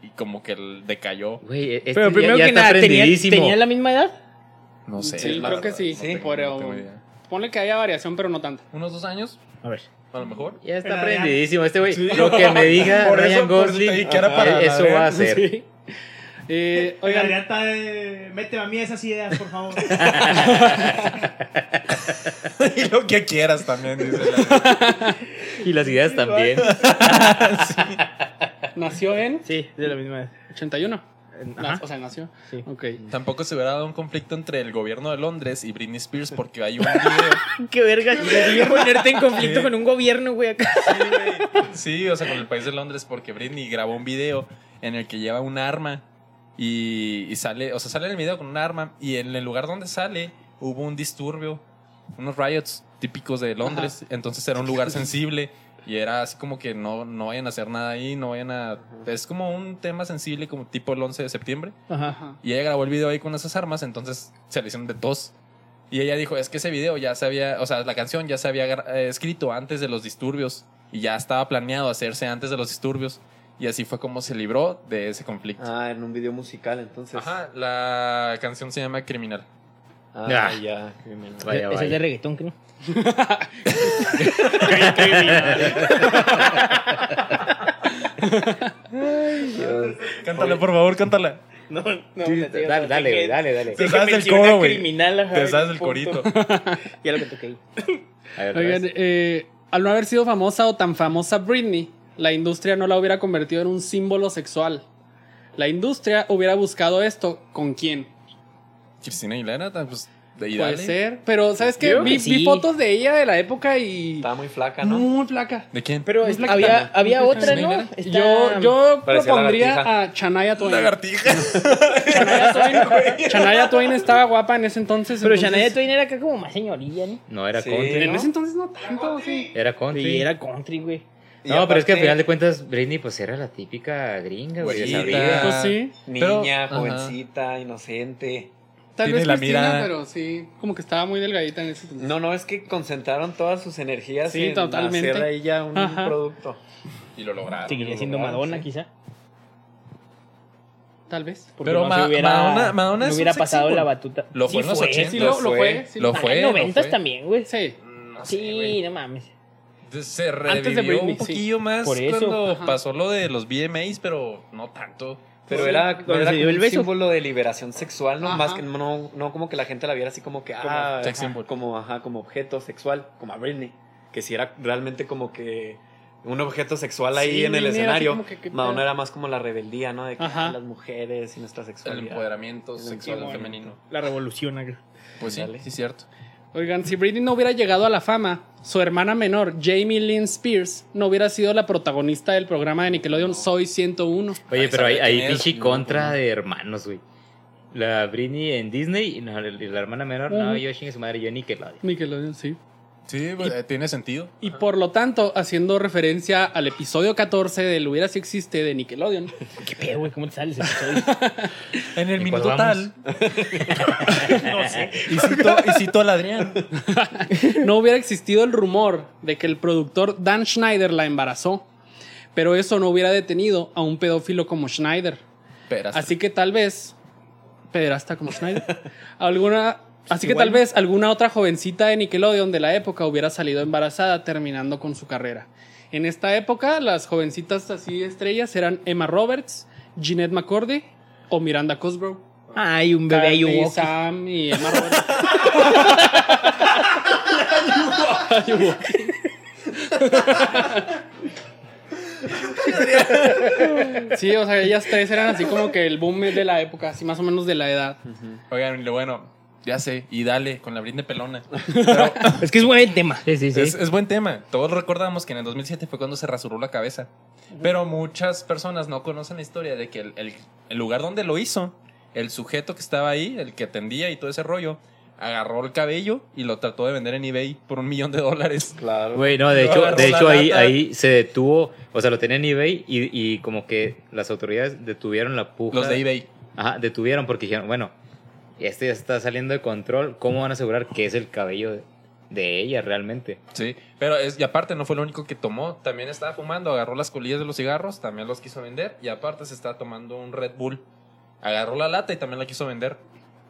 Y como que él decayó.
Güey, este
Pero
ya-
primero
ya
que
está
nada, ¿tenía,
prendidísimo.
tenía la misma edad?
No sé.
Sí,
la
creo que
verdad,
sí.
no
Sí,
tengo-
pero-
no tengo idea.
Ponle que haya variación, pero no tanta.
Unos dos años,
A ver.
a lo mejor.
Ya está
Pero ya-
prendidísimo este güey. Lo que me diga
Por eso-
Ryan
por eso te
Gosling,
dije que era
ajá,
para
eso
la
va a
verga.
ser.
Sí. Eh,
Oiga,
oigan,
Adrián, eh, méteme a mí esas ideas, por favor.
y lo que quieras también, dice la-
Y las ideas también.
nació en
Sí, de la misma edad.
81.
Ajá.
Nas- O sea, nació.
Sí.
Ok.
Tampoco se hubiera dado un conflicto entre el gobierno de Londres y Britney Spears porque hay un video.
Qué verga. ponerte en conflicto con un gobierno, güey, acá.
sí, o sea, con el país de Londres porque Britney grabó un video en el que lleva un arma y, y sale, o sea, sale en el video con un arma y en el lugar donde sale hubo un disturbio, unos riots típicos de Londres, entonces era un lugar sensible y era así como que no, no vayan a hacer nada ahí, no vayan a... Es como un tema sensible como tipo el 11 de septiembre.
Ajá.
Ajá.
Y ella grabó el video ahí con esas armas, entonces se le hicieron de tos. Y ella dijo, es que ese video ya se había, o sea, la canción ya se había gra- eh, escrito antes de los disturbios y ya estaba planeado hacerse antes de los disturbios. Y así fue como se libró de ese conflicto.
Ah, en un video musical, entonces.
Ajá, la canción se llama Criminal.
Ah,
Ah.
ya. qué bien.
Vaya,
Ese es de
vaya.
reggaetón, creo.
Cántala, por favor, cántala.
No, no.
Dale, dale, güey, dale, dale.
Te sabes el coro, güey.
Criminal, ajá,
Te sabes el
punto.
corito.
Ya lo que toqué.
A ver, otra vez.
Oigan, eh, al no haber sido famosa o tan famosa Britney, la industria no la hubiera convertido en un símbolo sexual. La industria hubiera buscado esto con quién.
Cristina Aguilera, ta- pues Y
Puede
dale.
ser. Pero, ¿sabes qué?
Yo creo
Vi,
que
vi
sí.
fotos de ella de la época y.
Estaba muy flaca, ¿no?
Muy placa.
¿De quién?
Pero
Muy
es-
flaquita,
había,
¿no?
había otra, ¿no?
Yo, yo
Parecía
propondría
lagartija.
a Chanaya Twain.
Lagartija.
Chanaya Twain, Chanaya Twain estaba guapa en ese entonces.
Pero
entonces-
Shania Twain era acá como más señorilla, ¿no?
No era
Sí.
country.
En ese entonces no tanto, sí.
Era country.
Y era country, güey.
Y
No, pero es que al
aparte,
final de cuentas, Britney pues era la típica gringa, güey.
Güeyita.
desabrida.
Ah,
Pues sí.
Pero-
Niña,
Ajá.
jovencita, inocente.
Tal
Tiene
vez
la
Cristina,
mirada.
pero sí. Como que estaba muy delgadita en ese entonces.
No, no, es que concentraron todas sus energías
Sí,
en
totalmente.
hacer de ella un
Ajá. Pues
producto.
Y lo lograron.
Seguiría siendo
lograron,
Madonna,
sí.
quizá.
Tal vez.
Porque
Pero
no se
Ma-
hubiera,
Madonna- Madonna
no
es un
hubiera
sex
pasado
symbol.
la batuta.
Lo fue en los 80.
Sí,
Lo
lo, lo fue.
fue,
sí.
lo
Ah,
fue,
en
lo
90
fue.
también, güey. Sí,
Sí.
No sé, güey.
sí no mames.
Entonces, Se
Antes de
revivió
Britney,
un poquillo más
Por eso.
cuando
Ajá.
pasó lo de los BMAs, pero no tanto.
Pero era,
cuando
pues
era
se
como
dio el
un
beso.
símbolo de liberación sexual, ¿no?
Ajá.
Más que no, no como que la gente la viera así como que, ah,
sex
ajá,
symbol.
como, ajá, como objeto sexual, como a Britney, que si era realmente como que un objeto sexual ahí
Sí,
en el
Britney era así
escenario.
como que, ¿qué
Madonna
pedo?
era más como la rebeldía, ¿no? De que
Ajá.
ah, las mujeres y nuestra
El
sexualidad.
empoderamiento
Sí,
sexual
bueno.
femenino.
La revolución acá.
Pues sí,
Dale.
sí, cierto.
Oigan, si Britney no hubiera llegado a la fama, su hermana menor, Jamie Lynn Spears, no hubiera sido la protagonista del programa de Nickelodeon Soy 101.
Oye,
Ay,
pero hay,
¿sabe
hay
quién es?
pinche
No, pues,
contra
no.
de hermanos, güey. La Britney en Disney y no, la, y la hermana menor, no,
Ujú.
yo chingue su madre, yo Nickelodeon.
Nickelodeon, sí.
Sí, pues, eh, tiene sentido.
Y por lo tanto, haciendo referencia al episodio 14 del Hubiera si existe de Nickelodeon,
¿Qué pedo, güey? ¿Cómo te sales? episodio?
En el
Y
minuto
pues
tal.
vamos.
no sé.
Y cito, y cito al Adrián.
no hubiera existido el rumor de que el productor Dan Schneider la embarazó. Pero eso no hubiera detenido a un pedófilo como Schneider.
Pedrastra.
Así que tal vez. Pederasta como Schneider. alguna. Así que tal
Igual.
vez alguna otra jovencita de Nickelodeon de la época hubiera salido embarazada terminando con su carrera. En esta época, las jovencitas así estrellas eran Emma Roberts, Jeanette McCordy o Miranda Cosgrove.
Ay, un bebé y un
Kathy,
walkie.
Sam y Emma Roberts. Sí, o sea, ellas tres eran así como que el boom de la época, así más o menos de la edad.
Oigan, y lo bueno, ya sé, y dale, con la Britney pelona.
Es que es buen tema. Sí, sí,
Es, es buen tema. Todos recordamos que en el 2007 fue cuando se rasuró la cabeza. Pero muchas personas no conocen la historia de que el, el- el lugar donde lo hizo, el sujeto que estaba ahí, el que atendía y todo ese rollo, agarró el cabello y lo trató de vender en eBay por un millón de dólares.
Claro.
Güey, no, de
Yo
hecho,
agarro
de
la
hecho ahí,
lata.
ahí se detuvo, o sea, lo tenía en eBay y, y como que las autoridades detuvieron la puja.
Los de eBay.
Ajá, detuvieron porque dijeron, bueno, este ya está saliendo de control, ¿cómo van a asegurar que es el cabello de, de ella realmente?
Sí, pero es, y aparte no fue lo único que tomó, también estaba fumando, agarró las colillas de los cigarros, también los quiso vender, y aparte se estaba tomando un Red Bull, agarró la lata y también la quiso vender.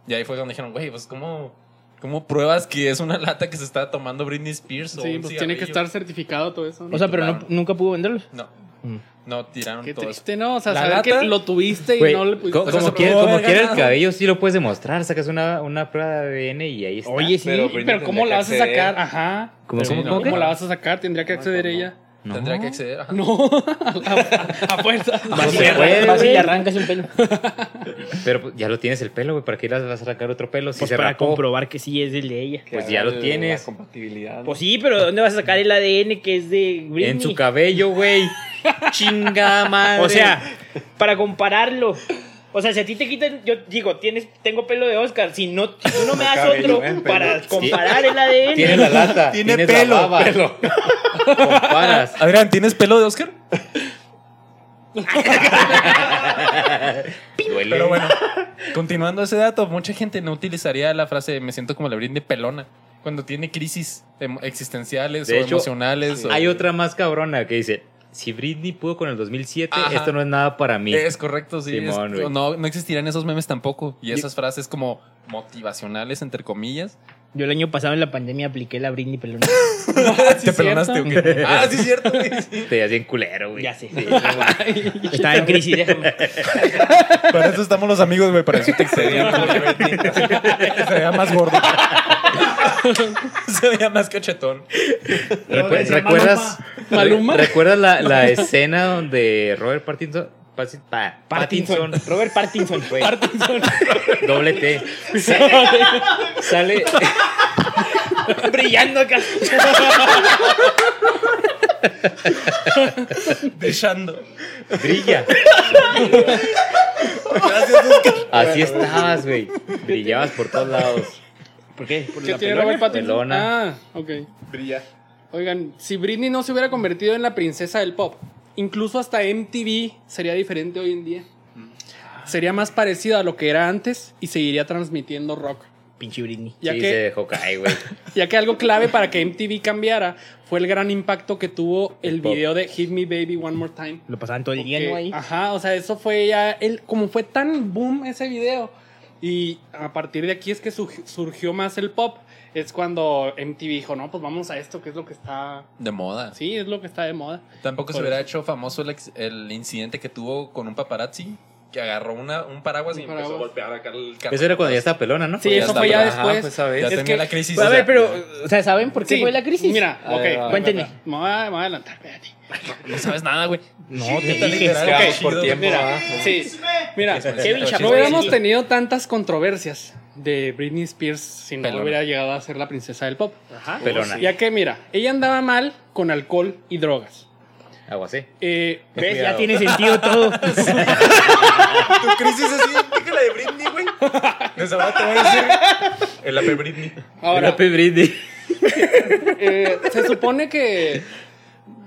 Y ahí fue donde dijeron, güey, pues ¿cómo, cómo pruebas que es una lata que se está tomando Britney Spears? o
Sí,
un
pues tiene que estar
cigarrillo?"
certificado todo eso. ¿no?
O sea, pero no- nunca pudo venderlos.
No,
Mm.
no, tiraron
Qué
todo eso.
triste, ¿no? O sea,
¿La
saber
lata?
que lo tuviste y
Güey,
no le
co-
pudiste.
como,
O sea, se
quiera,
pudo
como
haber
quiera el
ganado.
cabello sí lo puedes demostrar, sacas una, una prueba de ADN y ahí está.
Oye, sí.
Pero-
Sí, pero ¿cómo la vas a sacar? Ajá.
¿Cómo,
Sí,
cómo,
no,
cómo que?
¿Cómo la vas a sacar? Tendría que acceder ella.
No.
Tendría que acceder. ajá.
No, a, a fuerza.
No se puede,
Vas y
güey.
le arrancas un pelo.
Pero pues, ya lo tienes el pelo, güey, ¿para qué las vas a sacar otro pelo? Si
Pues
se
para
rapó.
comprobar que sí es el de ella.
Que
Pues
haga
ya lo
la
tienes.
compatibilidad. ¿no?
Pues sí, pero ¿dónde vas a sacar el ADN que es de Britney?
En su cabello, güey. Chinga madre.
O sea, para compararlo. O sea, si a ti te quitan, yo digo, tienes, tengo pelo de Oscar. Si no, si tú no me das
Cabello,
otro
eh,
para
pelo.
comparar el ADN.
tiene la lata.
Tiene
tienes la
pelo,
baba. Comparas.
Adrián, ¿tienes pelo de Oscar?
Duele.
Pero bueno, continuando ese dato, mucha gente no utilizaría la frase me siento como la Britney pelona cuando tiene crisis em- existenciales
De
o
hecho,
emocionales. o-
Hay otra más cabrona que dice: Si Britney pudo con el 2007,
Ajá.
esto no es nada para mí.
Es correcto, sí. es-
Simón, güey.
no, no existirían esos memes tampoco. Y esas frases como motivacionales, entre comillas.
Yo el año pasado en la pandemia apliqué la Britney pelona.
¿Te pelonaste o qué? Ah, sí, cierto. güey, sí.
Te hacen culero, güey.
Ya sé.
Sí, no mames.
Estaba en crisis, déjame.
Para eso estamos los amigos, güey. Para eso te
Se veía
excedían.
como que Britney.
Se veía más gordo. Se veía más cachetón.
Recu-
decía
¿Recuerdas?
Maluma.
re- ¿Recuerdas la, la escena donde Robert Pattinson, Pasi- pa-
Partinson. Robert Partinson.
güey.
Partinson.
Doble T. Sale.
Brillando acá.
Deshando.
Brilla. Así estabas, güey. Brillabas por todos lados.
¿Por qué? ¿Por
¿Qué
la
tiene
pelona?
Robert Pattinson?
Pelona.
Ah, ok.
Brilla.
Oigan, si Britney no se hubiera convertido en la princesa del pop, incluso hasta MTV sería diferente hoy en día. Sería más parecido a lo que era antes y seguiría transmitiendo rock.
Pinche Britney.
Ya
sí,
que-
se dejó caer, güey.
Ya que algo clave para que MTV cambiara fue el gran impacto que tuvo el
El pop.
video de Hit Me Baby One More Time.
Lo pasaban todo el día,
Que-
¿no? Ahí.
Ajá, o sea, eso fue ya el, como fue tan boom ese video. Y a partir de aquí es que su- surgió más el pop. Es cuando MTV dijo, no, pues vamos a esto, que es lo que está.
De moda.
Sí, es lo que está de moda.
Tampoco se
Por
hubiera hecho famoso el, ex- el incidente que tuvo con un paparazzi que agarró una, un paraguas y
Un
empezó a
paraguas.
golpear acá el carro.
Eso era cuando ya estaba pelona, ¿no?
Sí, eso
está,
fue ya
ajá,
Ah,
después.
pues, a ver.
Ya
es
tenía
que-
la crisis.
a
o
ver,
sea,
pero, o sea, ¿saben por qué
Sí,
fue la crisis?
Mira,
A
ok,
ver, a ver,
cuéntenme.
Me voy a, me voy a adelantar, espérate.
No sabes nada, güey.
No,
Neta,
te dije.
literal,
Quedamos
chido.
por tiempo.
pues Mira,
¿verdad?
sí, mira,
Kevin
no
Chacón.
hubiéramos tenido tantas controversias de Britney Spears si no
Pelona.
hubiera llegado a ser la princesa del pop. Pues,
Ajá.
Pelona.
Ya que, mira, ella andaba mal con alcohol y drogas.
Aguacé.
Eh,
¿Ves? Ya
Cuidado.
tiene sentido todo.
Tu crisis es idéntica a la de Britney, güey. Les ahora te voy a decir el AP Britney.
ahora,
Pepe Brindis.
eh, se supone que.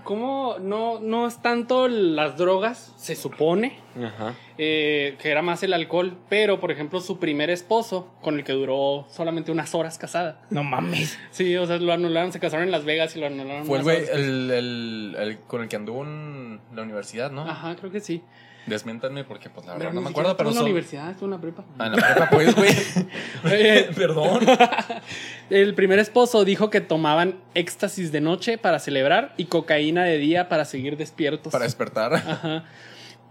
¿Cómo no, no es tanto las drogas? Se supone.
Ajá.
eh, que era más el alcohol. Pero, por ejemplo, su primer esposo, con el que duró solamente unas horas casada.
No mames.
Sí, o sea, lo anularon, se casaron en Las Vegas y lo anularon.
Fue el
unas
güey eh.
horas.
el, el, el con el que anduvo en la universidad, ¿no?
Ajá, creo que sí.
Desmiéntanme porque, pues, la
Pero
verdad no
ni
me
siquiera estuvo
acuerdo, pero
en la
son...
universidad, estuvo en la prepa.
Ah, en la prepa, pues, güey.
Eh,
Perdón.
El primer esposo dijo que tomaban éxtasis de noche para celebrar y cocaína de día para seguir despiertos.
Para despertar.
Ajá.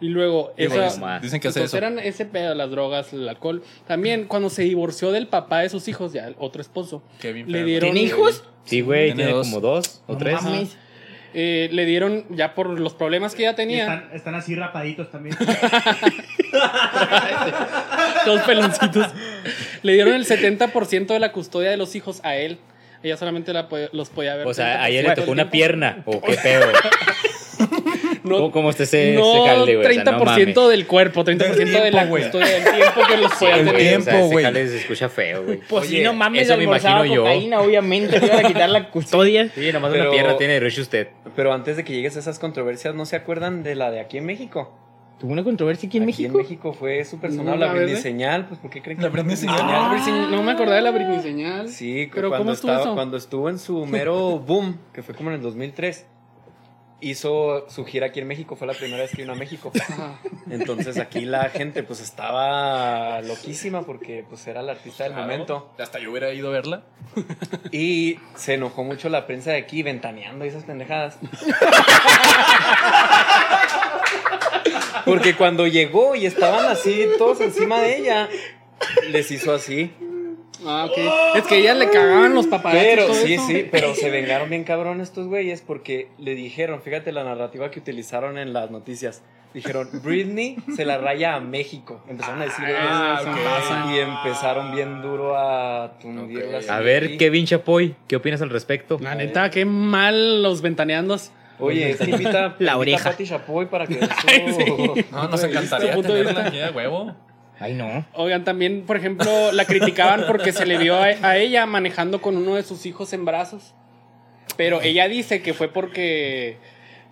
Y luego,
Digo,
esa-
no mames.
Dicen que hace
Ah, entonces
eso.
pues eran ese pedo, las drogas, el alcohol. También cuando se divorció del papá de sus hijos, ya el otro esposo,
Kevin
le
Fairley.
dieron...
¿Tiene hijos?
Sí, güey,
Tiene
tiene
dos.
como dos o
No
tres.
mames.
eh, le dieron, ya por los problemas que ya
Y
tenía,
Están, están así rapaditos también.
dos peloncitos, le dieron el 70% de la custodia de los hijos a él. Ella solamente la po- los podía ver.
O sea,
30%
ayer le
del
tocó una
tiempo.
pierna. ¿O qué pedo?
No,
¿Cómo, cómo está ese,
no
ese jale, güey? O sea,
30%
mames.
del cuerpo, 30%
Del tiempo,
de la
güey.
custodia del tiempo que los podía
Sí,
tener.
güey, o sea,
tiempo,
ese
güey.
jale se escucha feo, güey.
Pues sí, no mames,
eso me
almorzaba
imagino yo.
cocaína, obviamente. Le iban a quitar la custodia.
Sí, nomás
Pero-
una pierna tiene derecho usted.
Pero antes de que llegues a esas controversias, ¿no se acuerdan de la de aquí en México?
¿Tuvo una controversia aquí en
aquí
México?
en México fue súper sonada
No, la
la Britney
verdad.
Señal, pues ¿por qué creen que
La Britney Señal.
La Britney- No me acordaba de la Britney señal.
Sí,
Pero
cuando,
¿cómo estuvo
estaba-
eso?
cuando estuvo en su mero boom, que fue como en el 2003, hizo su gira aquí en México, fue la primera vez que vino a México.
Ajá.
Entonces aquí la gente pues estaba loquísima porque pues era la artista del
Claro.
momento.
Hasta yo hubiera ido a verla.
Y se enojó mucho la prensa de aquí ventaneando y esas pendejadas. Porque cuando llegó y estaban así todos encima de ella, les hizo así.
Ah, ok. Es que ella le cagaban los paparazzi.
Pero,
todo
sí,
eso.
sí, pero se vengaron bien cabrón estos güeyes porque le dijeron, fíjate la narrativa que utilizaron en las noticias. Dijeron, Britney se la raya a México. Empezaron a decir
Ah,
eso.
ok.
Y empezaron bien duro a tundirla.
Ok.
así
A
aquí.
ver, Kevin Chapoy, ¿qué opinas al respecto?
Ah,
La neta, qué mal los ventaneandos.
Oye, es que invita,
La
invita
oreja.
a Pati Chapoy para que... su-
No, nos encantaría
punto de
tenerla aquí a huevo.
Ay, no.
Oigan, también, por ejemplo, la criticaban porque se le vio a, a ella manejando con uno de sus hijos en brazos. Pero ella dice que fue porque.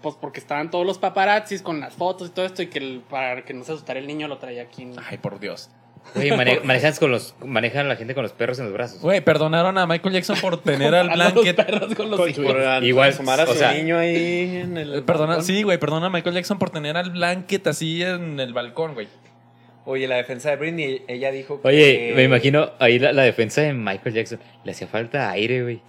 Pues porque estaban todos los paparazzis con las fotos y todo esto, y que el- para que no se asustara el niño lo traía aquí. en-
Ay, por Dios.
Güey, mane- manejas con los, manejan a la gente con los perros en los brazos.
Güey, perdonaron a Michael Jackson por tener al
a los
blanket.
perros con los hijos.
por
Igual,
asomar a
o
su
sea,
niño ahí en
Eh,
el...
Perdona,
balcón.
sí, güey, perdona a Michael Jackson por tener al blanket así en el balcón, güey.
Oye, la defensa de Britney, ella dijo
Oye,
que-
me imagino ahí la, la defensa de Michael Jackson. Le hacía falta aire, güey.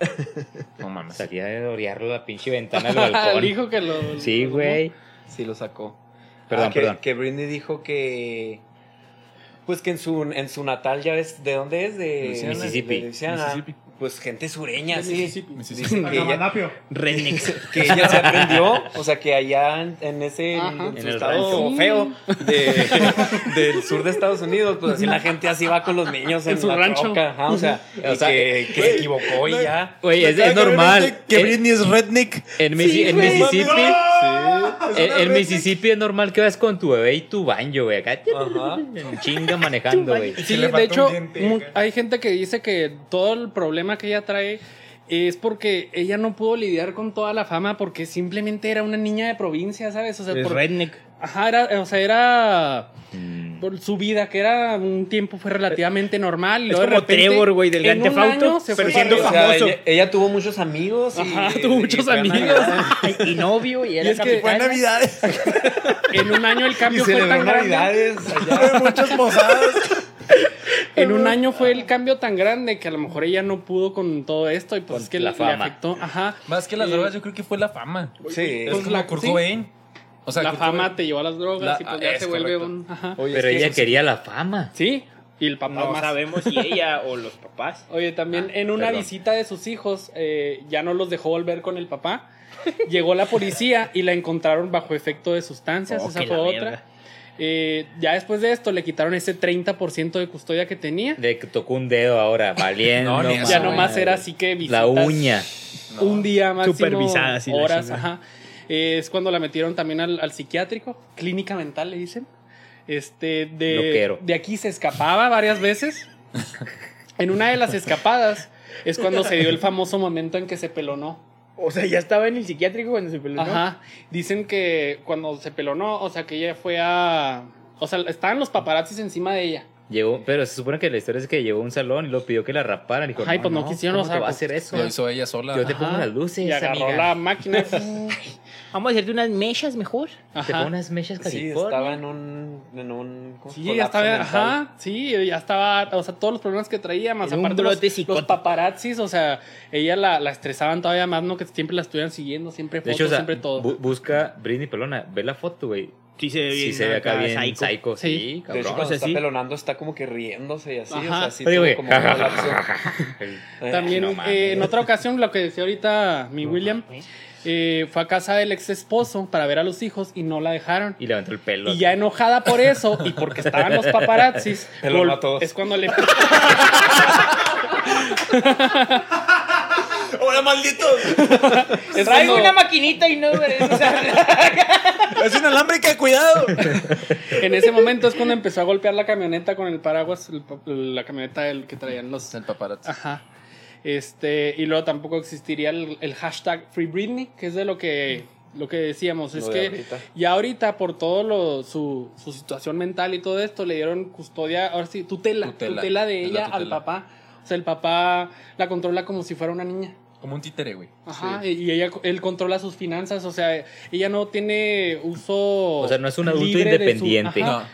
No mames.
Salía de orearlo la pinche ventana del
Al
balcón.
hijo que lo.
Sí, güey.
Sí, lo sacó.
Perdón,
Ah, que,
perdón.
Que Britney dijo que. Pues que en su, en su natal, ya ves, ¿de dónde es? De
Luisiana.
Mississippi.
de Luisiana.
Mississippi.
pues gente sureña,
De
sí. Ah,
Mississippi.
Dicen que ella,
Acamanapio.
Renex.
que ella se aprendió, o sea, que allá en, en ese
Ajá.
en su
En el
estado feo de- del sur de Estados Unidos, pues así la gente así va con los niños en,
En su
la
rancho. eh,
troca, ajá, o sea, y que, que se equivocó y ya.
Güey, este es, es normal. En,
es redneck.
en Missi- en Mississippi. En, en Mississippi es normal que vas con tu bebé y tu baño, güey. Acá
Ajá.
en chinga manejando, güey.
Sí,
le
de
faltó
hecho,
un diente
mu-
acá.
hay gente que dice que todo el problema que ella trae es porque ella no pudo lidiar con toda la fama porque simplemente era una niña de provincia, ¿sabes? O sea,
Es
por-
redneck.
ajá, era, o sea, era
Mm.
por su vida, que era un tiempo fue relativamente normal. y
Es
luego de
como
repente,
Trevor, güey, del
en
Grand
un
Theft Auto,
año se fue
pero
para
siendo
arriba.
O sea,
famoso.
ella, ella tuvo muchos amigos. y-
Ajá, tuvo
y
muchos
fue a
amigos.
Navidad.
Y novio, y era
es que-
capitana.
En un año el
Y
cambio fue
celebró
tan grande.
navidades allá.
En un año fue el cambio tan grande que a lo mejor ella no pudo con todo esto y pues
Con
es que
la
le, le
fama.
afectó. Ajá.
Más que las
Y-
drogas, yo creo que fue la fama.
Pues Sí.
Es como
la-
Kurt
sí.
Cobain. O sea,
la
Kurt
fama
Cobain-
te llevó a las drogas
La-
y pues
ah,
ya
es
se vuelve
correcto.
un. Ajá.
Pero ella quería la fama.
Sí, y el papá
No Ah,
más.
sabemos si ella o los papás.
Oye, también en una
perdón.
visita de sus hijos eh, ya no los dejó volver con el papá. Llegó la policía y la encontraron bajo efecto de sustancias.
Oh,
esa
que
fue
la
otra.
verga.
Eh, ya después de esto le quitaron ese 30% de custodia que tenía.
Le tocó un dedo ahora, valiendo.
No, ni eso,
ya
Ah,
nomás
madre.
era así que visitas
La uña.
un día máximo
Supervisadas y la
horas,
chingada.
ajá. Eh, es cuando la metieron también al, al psiquiátrico, clínica mental le dicen. Este de
Loquero.
de aquí se escapaba varias veces. en una de las escapadas es cuando se dio el famoso momento en que se pelonó.
O sea, ya estaba en el psiquiátrico cuando se peló.
Ajá. Dicen que cuando se pelonó, o sea, que ella fue a o sea, estaban los paparazzis encima de ella.
Llegó, pero se supone que la historia es que llegó a un salón y lo pidió que la raparan. Y dijo,
Ay, pues no quisieron,
¿cómo
o sea,
te va a
pues,
hacer eso?
Lo hizo ella sola.
Yo te
Ajá.
pongo las luces,
Y agarró
amiga.
la máquina.
Vamos a hacerte unas mechas mejor.
Te
Ajá.
pongo unas mechas
Sí,
California.
estaba en un. En un
pues,
¿cómo?
Sí, ya
colapso
estaba,
mental.
ajá, sí, ya estaba, o sea, todos los problemas que traía, más
Era un
aparte los,
brote
los
psicótico.
paparazzis, o sea, ella la, la estresaban todavía más, no que siempre la estuvieran siguiendo, siempre
De
fotos,
hecho, o sea,
siempre todo.
bu- busca Britney Pelona, ve la foto, güey.
Sí se ve
Sí
bien
se ve acá bien
psycho.
psycho, sí,
Sí.
De hecho,
cabrón.
cuando
o sea,
está
sí.
pelonando, está como que riéndose y así.
Ajá.
O sea, sí,
Pero,
tuvo
güey,
como un colapso. Eh,
También
no
eh,
mames.
en otra ocasión, lo que decía ahorita mi William, eh, fue a casa del ex esposo para ver a los hijos y no la dejaron.
y levantó el pelo.
Y ya enojada por eso y porque estaban los paparazzis,
Pelonó
vol-
a todos.
es cuando le...
¡Hola, maldito!
es
Traigo
cuando-
una maquinita y no güey, o sea,
¡Es inalámbrica, cuidado!
En ese momento es cuando empezó a golpear la camioneta con el paraguas, el pa- la camioneta del que traían los...
el paparazzi.
Ajá. Este, y luego tampoco existiría el, el hashtag Free Britney, que es de lo que, lo que decíamos. pues, es
lo de
que
ahorita.
ya ahorita, por todo lo, su, su situación mental y todo esto, le dieron custodia, ahora sí, tutela, tutela,
Tutela,
de
es la
ella al
tutela.
papá. O sea, el papá la controla como si fuera una niña.
Como un títere, güey.
Ajá, y- y ella, él controla sus finanzas, o sea, ella no tiene uso.
O sea, no es un adulto
libre de su-
independiente.
ajá,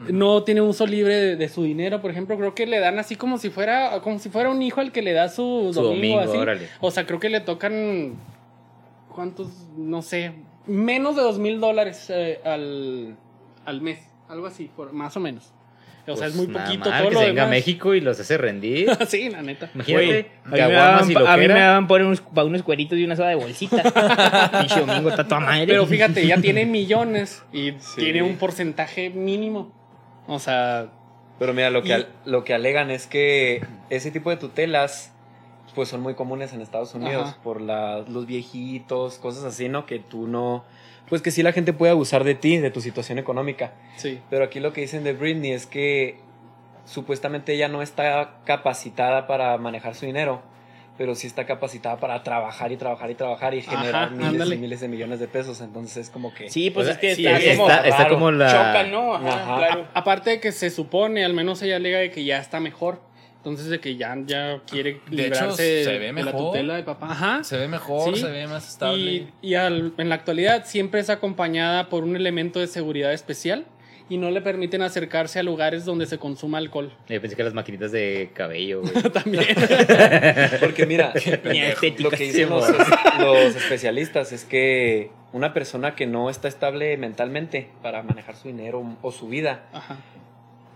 No.
no tiene uso libre de, de su dinero, por ejemplo, creo que le dan así como si fuera como si fuera un hijo al que le da su,
Su
pues, domingo,
domingo,
así.
órale.
O sea, creo que le tocan cuántos, no sé, menos de dos mil dólares eh, al, al mes, algo así, por- más o menos. O sea, es muy
Pues, nada
poquito
mal,
todo
que
lo
se venga a
demás.
México y los hace rendir.
sí, la neta.
Güey,
Imagínate,
a mí me
caguamas
daban
y
pa- a mí me
loquera.
daban por unos, pa' unos cueritos y una soda de bolsita. Pinche domingo está toda madre.
Pero fíjate, ya tiene millones y
Sí.
tiene un porcentaje mínimo. O sea,
Pero mira, lo que,
Y-
al- lo que alegan es que ese tipo de tutelas pues son muy comunes en Estados Unidos
Ajá.
por la- los viejitos, cosas así, ¿no? Que tú no... Pues que sí la gente puede abusar de ti, de tu situación económica.
sí.
Pero aquí lo que dicen de Britney es que supuestamente ella no está capacitada para manejar su dinero, pero sí está capacitada para trabajar y trabajar y trabajar y generar miles
ándale.
y miles de millones de pesos. Entonces es como que...
Sí, pues
O sea,
es que
sí,
está, como.
está- está
raro.
como la-
Choca, ¿no? Ajá,
Ajá.
claro.
Aparte de que se supone, al menos ella alega de que ya está mejor. Entonces de que ya, ya quiere
De hecho,
librarse
se ve
de la
mejor.
tutela de papá. Ajá.
Se ve mejor,
Sí.
se ve más
Y,
estable.
y al- en la actualidad siempre es acompañada por un elemento de seguridad especial y no le permiten acercarse a lugares donde se consuma alcohol.
Yo pensé que las maquinitas de cabello, güey.
También.
Porque mira,
estética,
lo que dicen los, los especialistas es que una
Ah.
persona que no está estable mentalmente para manejar su dinero o su vida
Ajá.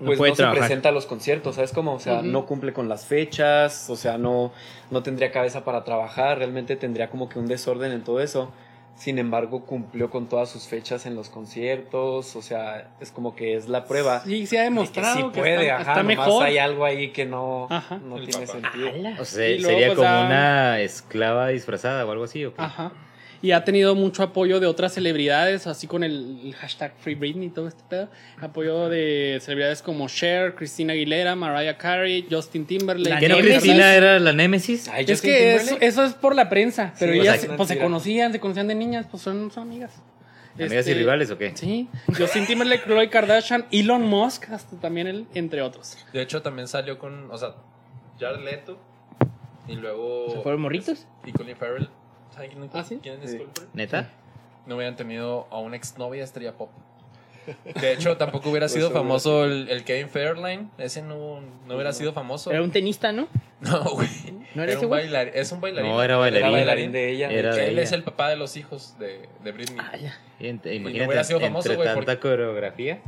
No
pues no,
puede
se
trabajar.
presenta a los conciertos, ¿sabes cómo? O sea,
Ujú.
no cumple con las fechas, o sea, no, no tendría cabeza para trabajar, realmente tendría como que un desorden en todo eso. Sin embargo, cumplió con todas sus fechas en los conciertos, o sea, es como que es la prueba.
Y se ha
de que
demostrado
sí
que,
puede,
está,
ajá,
está
nomás
mejor. Ah,
hay algo ahí que no,
Ajá.
no
El
tiene
papá.
sentido.
O sea,
Y luego,
sería
pues,
como
ah.
una esclava disfrazada o algo así. ¿o qué?
Ajá. Y ha tenido mucho apoyo de otras celebridades, así con el, el hashtag Free Britney y todo este pedo. Apoyo de celebridades como Cher, Christina Aguilera, Mariah Carey, Justin Timberlake.
La
¿Que no
Todas esas-
Cristina era la némesis?
Ay,
Es
Justin
que eso,
Timberlake,
eso es por la prensa, pero
Sí, o
ellas
sea, es
pues, se
mentira.
conocían, se conocían de niñas, pues son, son amigas.
¿Amigas y
Este,
rivales o qué?
Sí, Justin Timberlake, Khloe Kardashian, Elon Musk, hasta también él, entre otros.
De hecho, también salió con, o sea, Jared Leto y luego...
¿Se fueron morritos?
Y Colin Farrell. ¿Saben quién,
¿Ah, sí?
quién es
Sí.
Colin Farrell?
¿Neta?
No hubieran tenido a una exnovia estrella pop. De hecho, tampoco hubiera
Pues
sido
seguro.
famoso el, el Kevin Fairline. Ese no, no hubiera sido famoso.
Era un tenista, ¿no?
No, güey.
¿No era
Era
ese
un
güey?
bailar- es un bailarín.
No, era
era
bailarín.
bailarín de ella.
Era de
Él
ella.
es el papá de los hijos de, de Britney.
Ah, ya.
Ent-
no hubiera
Imagínate,
sido famoso,
entre
güey,
tanta coreografía.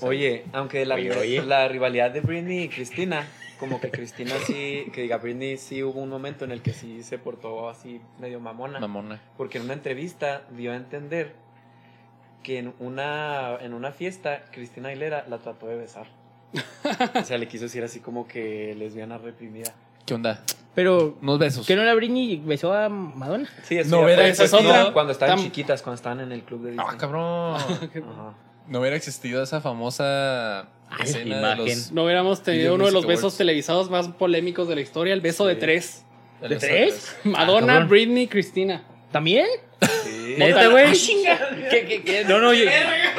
Oye, aunque la,
Oye, oye.
la rivalidad de Britney y Cristina, como que Cristina sí, que diga Britney sí hubo un momento en el que sí se portó así medio mamona,
Mamona.
porque en una entrevista dio a entender que en una en una fiesta Cristina Aguilera la trató de besar. O sea, le quiso decir así como que lesbiana reprimida.
¿Qué onda?
Pero,
Unos besos.
¿que no era Britney y besó a Madonna?
Sí, eso
No
ya
hubiera
fue
esa es
cuando-
otra.
Cuando estaban
Tam-
chiquitas, cuando estaban en el club de Disney.
Ah, cabrón.
Ajá.
No hubiera existido esa famosa escena de
imagen.
los,
No hubiéramos tenido
Video
uno de los
Music
besos
Awards.
televisados más polémicos de la historia, el beso de
Sí.
tres.
de
¿De
los
tres?
Madonna,
cabrón.
Britney, Cristina.
¿También?
Sí.
¿Neta,
Otra-
güey?
¡Ah, chinga!
¿Qué, qué, qué? No, no, yo,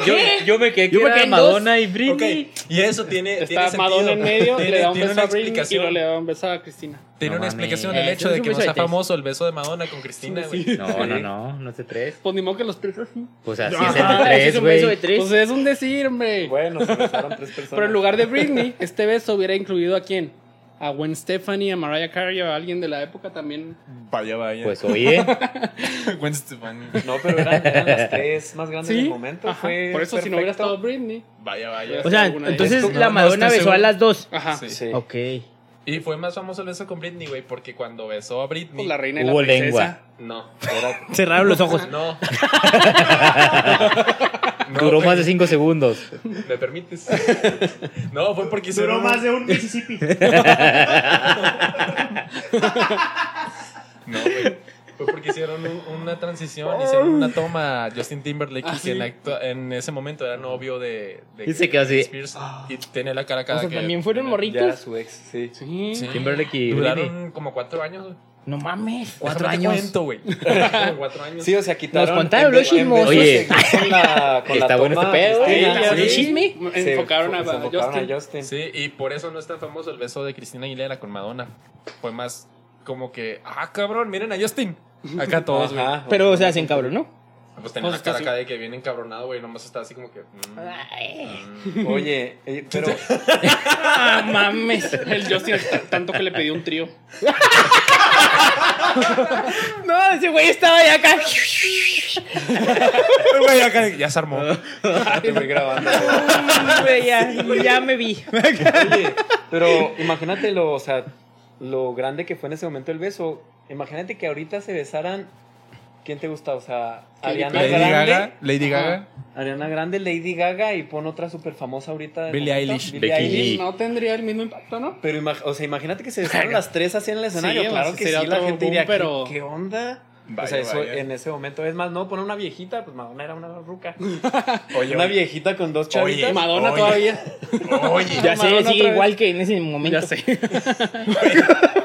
yo, yo me quedé que
Yo me
era
quedé en
Madonna y Britney.
Ok, y eso tiene, tiene
Está
sentido.
Madonna en medio,
Tiene-
le da un
tiene
beso
una
a Britney y
explicación.
luego le da un beso a Cristina.
Tiene
No
una
mames.
explicación el
Eh,
hecho
es
de
un
que no
beso de
sea
tres.
famoso el beso de Madonna con Cristina, güey.
No, no, no, no sé tres.
Pues ni modo que los tres así.
Pues así es el de
Ajá, Ah, ese es
tres,
un beso de
güey.
tres.
Pues es un decir, hombre.
Bueno, se besaron tres personas.
Pero en lugar de Britney, este beso hubiera incluido a quién? A Gwen Stefani, a Mariah Carey o a alguien de la época también.
Vaya, vaya.
Pues oye,
Gwen Stefani.
No, pero eran, eran las tres más grandes del momento.
Ajá.
Fue
Por eso si no hubiera
perfecto.
estado Britney.
Vaya, vaya.
o sea,
alguna de
entonces
esas.
la
No, no
Madonna
estoy
besó a
seguro.
las dos.
ah.
Ajá.
Sí.
Sí.
Ok.
Y fue más famoso el beso con Britney, güey, porque cuando besó a Britney.
Pues la reina y
Hubo
la princesa.
lengua.
No.
Era-
Cerraron los ojos.
No. No,
duró
güey,
más de cinco segundos.
¿Me permites? No, fue porque
Duró
hicieron.
más de un Mississippi.
No, güey. Fue porque hicieron un- una transición, hicieron una toma a Justin Timberlake,
Ah,
que
sí.
en, actua- en ese momento era novio de, de
Y se quedó así.
Spears, y tenía la cara
O
cada
sea,
que-
también fueron
Ya era
morritos.
su ex, sí.
Sí.
Sí.
Timberlake y Britney.
Duraron como cuatro años, güey.
No mames.
Cuatro años. güey. Como cuatro años.
Sí, o sea, quitaron.
Nos contaron
en vez-
los
en vez de
chismos.
seguir Con la, con la
Está bueno
toma
este pedo,
de
Sí,
Cristina,
ya
sí,
vi.
chisme.
se
Enfocaron a,
enfo- se
a
enfocaron
Justin.
a Justin.
Sí, y por eso no es tan famoso el beso de Cristina Aguilera con Madonna. Fue más como que, ah, cabrón, miren a Justin. Acá todos, güey.
Ajá.
Pero, o sea, se encabronó.
Pues tenía
Pues
la
es que
cara
sí.
acá de que viene encabronado, güey. Nomás está así como que. mm, mm.
Oye, eh, pero
Ah, mames.
El Justin t- tanto que le pidió un trío.
No, ese güey estaba ya acá.
Güey, acá ya se armó.
te voy grabando.
Mm, Güey, ya, ya me vi.
Oye, pero imagínate lo, o sea, lo grande que fue en ese momento el beso. Imagínate que ahorita se besaran. ¿Quién te gusta? O sea, Ariana
Lady
Grande.
Gaga. Lady Gaga.
Ariana Grande, Lady Gaga y pon otra súper famosa ahorita. de
Billie
momento,
Eilish.
Billie
Becky
Eilish.
Sí. G.
No tendría el mismo impacto, ¿no?
Pero imag- o sea, imagínate que se besaron las tres así en el escenario.
Sí,
claro
o sea,
que
sería
sí, la
otro
gente
boom,
diría,
pero-
pero... ¿qué onda? o
Vaya,
sea, eso
vaya.
en ese momento. Es más, no, poner una viejita, pues Madonna era una ruca. una viejita con dos
Oye,
chavitas.
Oye,
Madonna todavía.
Oye,
Ya sé,
Madonna
sigue
otra vez.
igual que en ese momento.
Ya sé.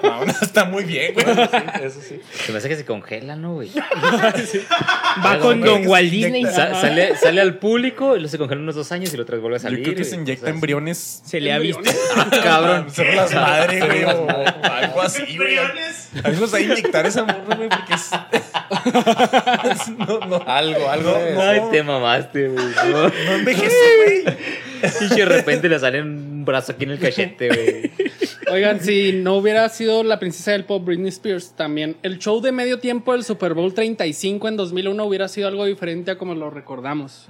Madonna está muy bien, güey.
Sí, eso sí.
Se me hace que se congela, ¿no, güey?
Va con Don Walt Disney.
Sa- sale, sale al público y lo se congela unos dos años y lo otras vuelve a salir.
Yo creo que se
güey.
inyecta
O sea,
embriones.
Se le ha visto.
Cabrón.
Son las madres, güey.
las
o
madres.
Algo así, güey. A mí nos hay inyectar esa morra, güey, porque es. no, no.
Algo, algo.
No,
de-
no.
Ay, te mamaste, güey. No.
No envejece, güey.
Y de repente le sale un brazo aquí en el cachete, güey.
Oigan, si no hubiera sido la princesa del pop Britney Spears, también el show de medio tiempo del Super Bowl 35 en 2001 hubiera sido algo diferente
Mm.
a como lo recordamos.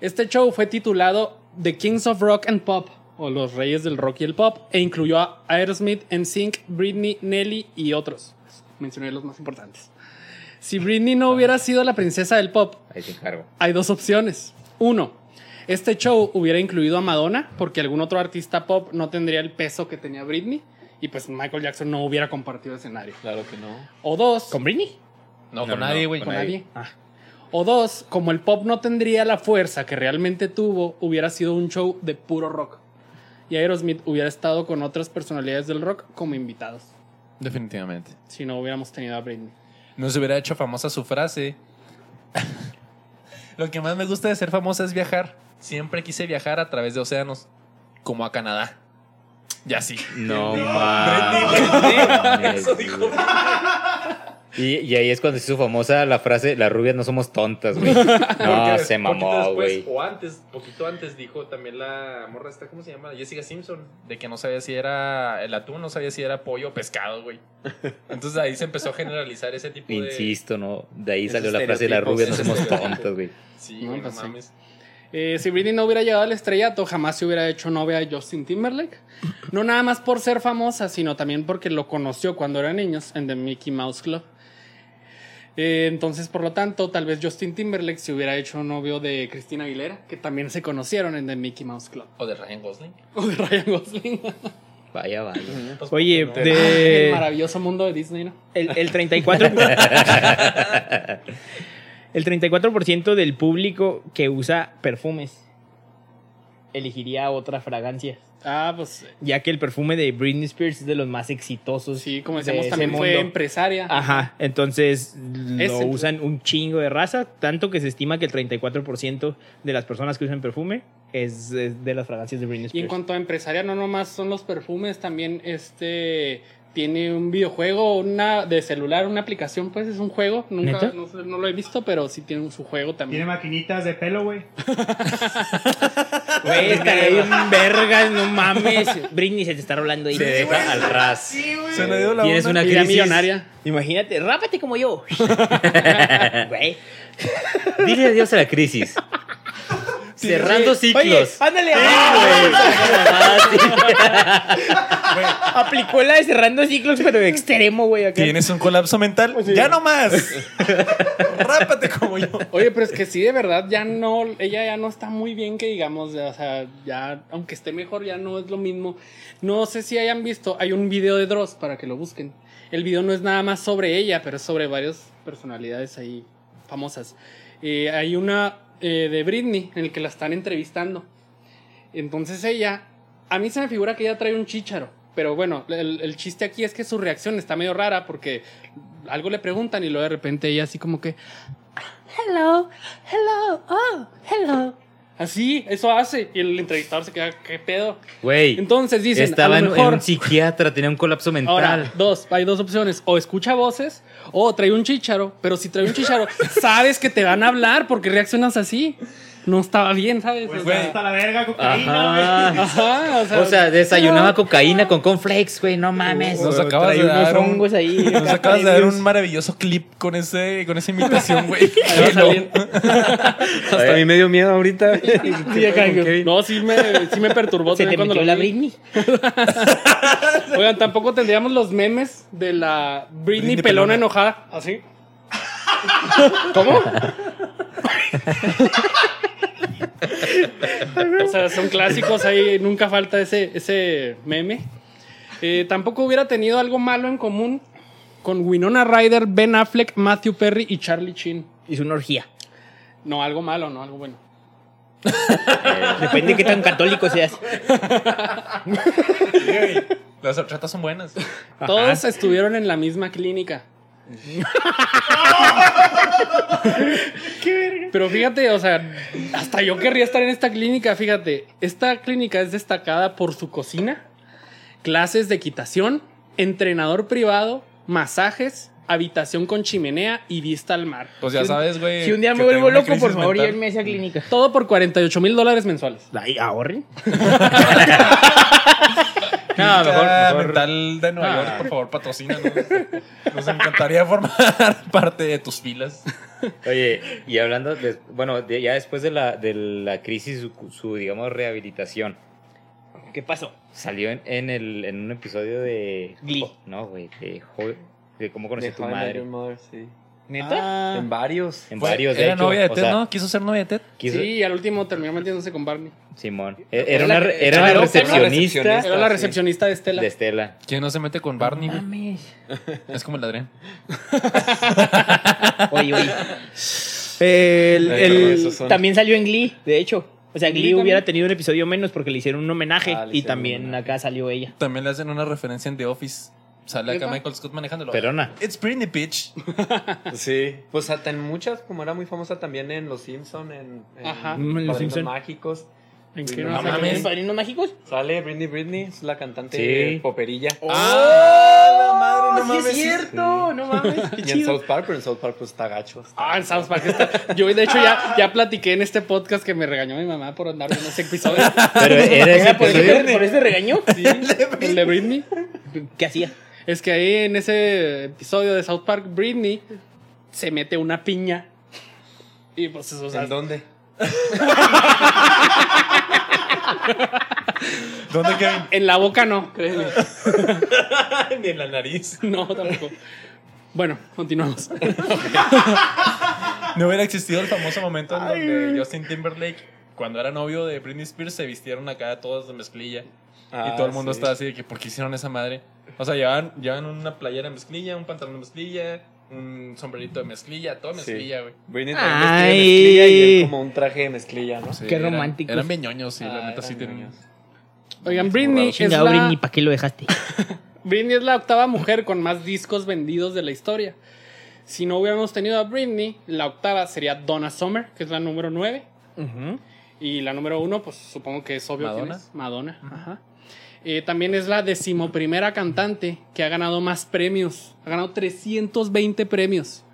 Este show fue titulado The Kings of Rock and Pop o los reyes del rock y el pop, e incluyó a Aerosmith, NSYNC, Britney, Nelly y otros. Mencioné los más importantes. Si Britney no hubiera sido la princesa del pop,
Ahí te encargo.
hay dos opciones. Uno, este show hubiera incluido a Madonna porque algún otro artista pop no tendría el peso que tenía Britney y pues Michael Jackson no hubiera compartido escenario.
Claro que no.
O dos,
¿Con Britney?
No,
No,
con
no,
nadie, güey.
con nadie.
Ah.
O dos, como el pop no tendría la fuerza que realmente tuvo, hubiera sido un show de puro rock. Y Aerosmith hubiera estado con otras personalidades del rock como invitados,
Definitivamente.
si no hubiéramos tenido a Britney.
No se hubiera hecho famosa su frase. Lo que más me gusta de ser famosa es viajar. Siempre quise viajar a través de océanos, como a Canadá. Ya sí.
No mames. güey. Y, y ahí es cuando se hizo famosa la frase, las rubias no somos tontas, güey. No,
Porque
se
poquito
mamó,
después,
güey.
O antes, poquito antes dijo también la morra esta, ¿cómo se llama? Jessica Simpson, de que no sabía si era el atún, no sabía si era pollo o pescado, güey. Entonces ahí se empezó a generalizar ese tipo de...
Insisto, ¿no? De ahí
Esos
salió la frase, las rubias no
estereotipos,
somos
esos
tontas, güey.
Sí,
No,
güey, no
pues sí.
mames.
Eh, si Britney no hubiera llegado al estrellato, jamás se hubiera hecho novia de Justin Timberlake. No nada más por ser famosa, sino también porque lo conoció cuando eran niños en The Mickey Mouse Club. Eh, entonces, por lo tanto, tal vez Justin Timberlake se hubiera hecho novio de Christina Aguilera, que también se conocieron en The Mickey Mouse Club.
O de Ryan Gosling.
O de Ryan Gosling.
Vaya, vaya.
Pues,
Oye,
¿por qué no?
El
de.
maravilloso mundo de Disney, ¿no?
El, el 34. el 34% del público que usa perfumes elegiría otra fragancia.
Ah, pues
Ya que el perfume de Britney Spears es de los más exitosos.
sí, como
de
decíamos,
ese
también fue
mundo.
empresaria.
Ajá, entonces lo
Ese.
usan un chingo de raza, tanto que se estima que el 34% de las personas que usan perfume es, es de las fragancias de Britney
Y en
Spears.
cuanto a empresaria, no nomás son los perfumes, también este tiene un videojuego, una de celular, una aplicación, pues es un juego. Nunca,
¿Neta?
no, sé, no lo he visto, pero sí tiene un- su juego
Tiene
también.
maquinitas de pelo, güey.
Güey, estaría bien vergas, no mames. Britney se te está rolando ahí.
Se deja al ras.
Pues
Se me dio la
Tienes
onda.
una
Era
crisis.
millonaria.
Imagínate, rápate como yo. Güey.
Dile adiós a la crisis. Cerrando
Oye,
ciclos.
ándale. ah, Aplicó la de cerrando ciclos, pero de extremo, güey. acá.
Tienes un colapso mental.
Pues
Ya no más. Rápate como yo.
Oye, pero es que sí, de verdad, ya no, ella ya no está muy bien que digamos, o sea, ya, aunque esté mejor, ya no es lo mismo. No sé si hayan visto, hay un video de Dross para que lo busquen. El video no es nada más sobre ella, pero es sobre varias personalidades ahí famosas. Eh, hay una eh, de Britney en el que la están entrevistando. Entonces ella, a mí se me figura que ella trae un chícharo. Pero bueno, el, el chiste aquí es que su reacción está medio rara porque algo le preguntan y luego de repente ella así como que, hello, hello, oh, hello. Así, eso hace. Y el entrevistador se queda, ¿qué pedo?
Güey,
Entonces dicen,
estaba
a
en,
lo
en
mejor.
un psiquiatra, tenía un colapso mental.
Ahora, dos, hay dos opciones. O escucha voces o trae un chicharo. Pero si trae un chicharo, sabes que te van a hablar porque reaccionas así. No estaba bien, ¿sabes?
Pues
O sea,
hasta la verga, cocaína, güey.
Ajá.
ajá, o sea,
O sea, desayunaba cocaína con cornflakes, güey, no mames.
Nos
Pero
acabas
trae
de dar
unos
un-
hongos ahí.
Nos acabas de dar un maravilloso clip con ese con esa imitación, güey.
ahí va a salir.
Hasta a mí me dio miedo ahorita. ¿Ah,
Sí, acá, no, sí me, sí me perturbó
Se
también cuando
te metió
lo
la
vi.
Britney.
Oigan, tampoco tendríamos los memes de la Britney,
Britney
pelona
pelona.
enojada. Así. ¿Cómo? o sea, son clásicos ahí, nunca falta ese, ese meme. Eh, tampoco hubiera tenido algo malo en común con Winona Ryder, Ben Affleck, Matthew Perry y Charlie Chin.
Hizo una orgía.
No, algo malo, no, algo bueno.
Depende de qué tan católico seas.
Las horchatas son buenas.
Todos estuvieron en la misma clínica. Pero fíjate, o sea, hasta yo querría estar en esta clínica, fíjate. Esta clínica es destacada por su cocina, clases de equitación, entrenador privado, masajes, habitación con chimenea y vista al mar.
Pues ya
Si un-
sabes, güey.
Si un día me
que
vuelvo
tengo una
loco, por
crisis
favor,
mental.
llévenme a esa clínica.
Todo por 48 mil dólares mensuales.
Ay, ahorren.
Ah,
No, mejor,
Clínica
mejor.
mental de Nueva York, por favor, patrocínanos. Nos encantaría formar parte de tus filas.
Oye, y hablando, de- bueno, de- ya después de la, de la crisis, su, su, digamos, rehabilitación,
¿Qué pasó?
Salió en, en el, en un episodio de.
Glee.
No, güey, de, How- de cómo conocí
De
a tu
How I Met
madre.
Your Mother, sí. Ah.
¿Neta?
En varios.
En
Fue-
varios, de
Era
hecho,
novia de
o
Ted,
sea,
¿no? Quiso ser novia de Ted.
quiso-
Sí, y al último terminó metiéndose con Barney.
Simón. E- Era una,
Era
re- era una
una
recepcionista
Era la
sí.
recepcionista de Estela.
de Estela.
¿Quién no se mete con Barney? güey? es como el ladrón.
Oye, oye.
El,
También salió en Glee, de hecho. O sea, Glee,
Glee
hubiera
también.
tenido un episodio menos porque le hicieron un homenaje
Ah, le
y
hicieron
también
un homenaje.
acá salió ella.
También le hacen una referencia en The Office. Sale acá
¿Neta?
Michael Scott manejándolo.
Perona.
It's Britney, bitch.
Sí. Pues hasta en muchas, como era muy famosa también en Los Simpson, en, en
Ajá.
Mm, en Los
Padrinos
Simpson.
Mágicos.
¿En
Sí,
qué
no
no sé?
¿Los padrinos mágicos?
Sale Britney Britney, es la cantante
Sí.
poperilla.
¡Ah, la madre! No
¡Sí
mames.
es cierto! ¡No mames! ¡Qué
Y en
chido!
South Park, pero en South Park pues está gacho. está-
Ah, en South Park está- Yo, de hecho, ya, ya platiqué en este podcast que me regañó mi mamá por andar viendo ese episodio.
Pero era ese
¿Por
episodio.
este, por este regaño?
el de Britney.
¿Qué hacía?
Este,
Es que ahí en ese episodio de South Park, Britney se mete una piña. Y pues eso, o sea,
¿En dónde?
¿Dónde Kevin?
en la boca no, créeme.
Ni en la nariz.
No, tampoco. Bueno, continuamos.
No hubiera existido el famoso momento en donde Justin Timberlake, cuando era novio de Britney Spears, se vistieron acá todas de mezclilla. y todo el mundo estaba así de que, ¿por qué hicieron esa madre? O sea, llevaban, llevaban una playera de mezclilla, un pantalón de mezclilla, un sombrerito de mezclilla, todo mezclilla, güey.
Britney
Ay.
también vestía de mezclilla y él como un traje de mezclilla, ¿no?
Sí,
Qué
eran-
románticos.
Eran beñoños, sí, la
Ah,
neta sí
eran
tienen.
niños.
Oigan, Britney es,
Chingado, Britney,
la,
¿para qué lo dejaste?
Britney es la octava mujer con más discos vendidos de la historia. Si no hubiéramos tenido a Britney, la octava sería Donna Summer, que es la número 9. Y la número uno, pues supongo que es obvio quién
Madonna.
es. Madonna. Ajá. Eh, también es la decimoprimera cantante que ha ganado más premios. Ha ganado 320 premios.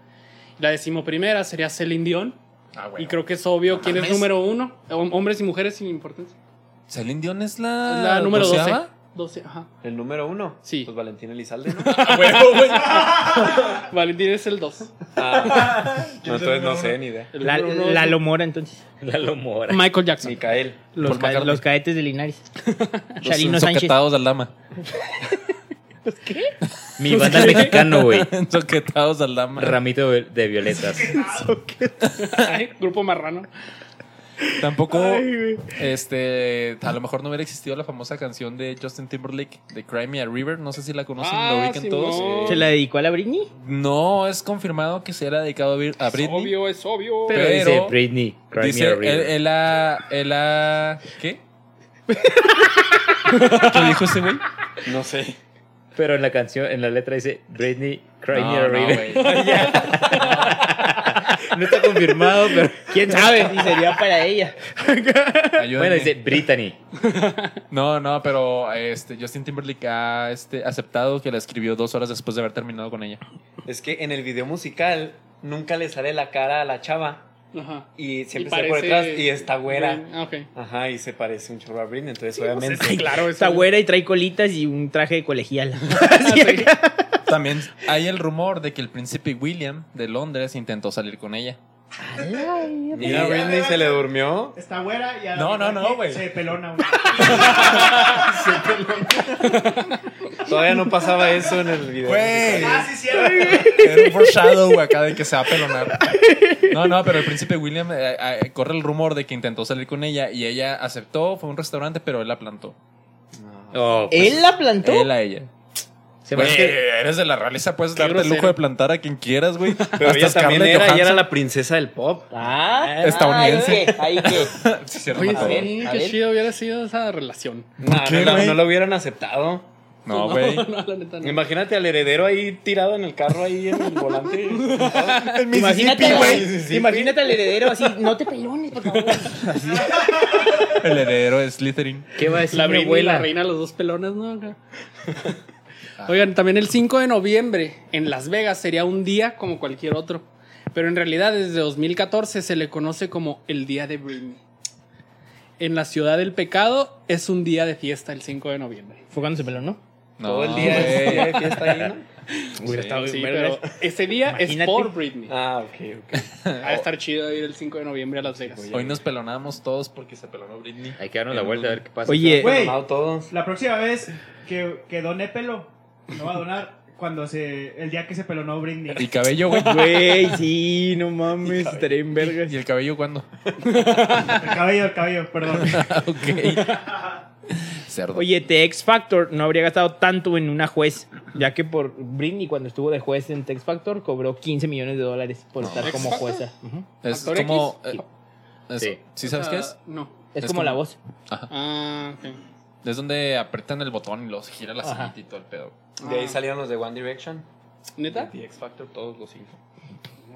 La decimoprimera sería Celine Dion.
Ah,
Y creo que es obvio quién es
mames.
número uno. Hom- Hombres y mujeres sin importancia.
Celine Dion es la.
Es la número 12.
doceava?
12, ajá.
El número uno.
Sí.
Pues Valentín Elizalde, ¿no?
Ah, huevo, güey.
Valentín es el 2.
Ah,
¿Quién
no,
es el
entonces
número
no sé
uno?
ni idea.
La, la Lomora, entonces.
La lomora.
Michael Jackson.
Micael.
Los,
Paul
ca-
McCartney.
los cadetes de Linares. Charino
Los
Sánchez.
Ensoquetados al dama.
Mi banda mexicano, güey.
Ensoquetados al dama.
Ramito de- de violetas.
Ay, Grupo marrano.
Tampoco, este, a lo mejor no hubiera existido la famosa canción de Justin Timberlake de Cry Me a River. No sé si la conocen,
Ah,
lo ubican
Simón.
todos.
¿Se la dedicó a la Britney?
No es confirmado que se era dedicado a Brit- a
Es
Britney.
obvio, es obvio.
Pero-
dice Britney, Cry Me
Dice, eh,
a
él,
River.
él ha, él ha- ¿qué? ¿Qué dijo ese güey?
No sé.
Pero en la canción, en la letra dice Britney, Cry Me a
No, no,
River.
güey.
No está confirmado, pero quién sabe.
Y sería para ella.
Ayúdenme.
Bueno, dice Brittany.
No, no, pero este, Justin Timberlake ha este, aceptado que la escribió dos horas después de haber terminado con ella.
Es que en el video musical nunca le sale la cara a la chava
Ajá.
y siempre
Y
está por
parece-
detrás y está güera.
Ah, ok.
Ajá, y se parece un chorro a Britney, entonces obviamente.
claro,
Está güera y trae colitas y un traje de colegial.
También hay el rumor de que el príncipe William de Londres intentó salir con ella.
Mira, Britney se le durmió.
Está güera y a la
No, no,
mitad
no,
que
güey.
Se pelona, güey.
Todavía no pasaba eso en el video.
ah, sí, cierto.
Era un foreshadow acá de que se va a pelonar. No, no, pero el príncipe William eh, eh, corre el rumor de que intentó salir con ella y ella aceptó, fue a un restaurante, pero él la plantó.
Oh, pues,
¿Él la plantó?
Él a ella.
se me hace que-
Güey, eres de la realeza, puedes
Qué
darte el
grosero.
lujo de plantar a quien quieras, güey.
Pero
Hasta
ella
Scarlett
también era, ella era
Johansson.
la princesa del pop.
Ah,
Estadounidense.
Ahí que.
Sí, cierto,
Oye,
matador.
sí,
A
qué
ver.
chido hubiera sido esa relación.
No,
qué,
no,
güey?
no lo hubieran aceptado.
No, güey.
No, la neta no.
Imagínate al heredero ahí tirado en el carro, ahí en el volante.
Imagínate,
Mississippi.
imagínate al heredero así, no te pelones, por favor.
El heredero es Slytherin.
¿Qué va a decir
La
mi
Britney, la
abuela?
reina de los dos pelones, ¿no? Acá. Oigan, también el 5 de noviembre en Las Vegas sería un día como cualquier otro. Pero en realidad desde 2014 se le conoce como el Día de Britney. En la ciudad del pecado es un día de fiesta el 5 de noviembre.
Fue cuando se peló, ¿no?
No,
Todo el día,
güey.
ese día de fiesta ahí, ¿no?
Hubiera estado bien
Sí,
vergas.
pero ese día
Imagínate.
es por Britney.
Ah, ok, ok.
Va a estar chido ir el 5 de noviembre a Las Vegas.
Oye,
Hoy nos pelonamos todos porque se pelonó Britney.
Hay que darnos la vuelta a ver qué pasa.
Oye,
Güey,
Tomado todos.
la próxima vez que, que done pelo, no va a donar cuando se. El día que se pelonó Britney.
Y cabello, güey.
Güey, sí, no mames, estaría en vergas.
¿Y el cabello cuándo?
El cabello, el cabello, perdón.
ok. Cerdo.
Oye, The X Factor no habría gastado tanto en una juez, ya que por Britney cuando estuvo de juez en The X Factor cobró 15 millones de dólares por estar
¿X
como
Factor?
jueza. Ujú.
es
¿Actor
como.
X?
eh, es-
Sí.
sí. sabes
Ah,
qué es?
No.
Es,
Es
como
como-
la voz.
Ajá.
Ah, ok.
Es donde apretan el botón y los gira la cinta y todo el pedo.
De ahí
Ah.
salieron los de One Direction.
¿Neta?
The X Factor, todos los cinco.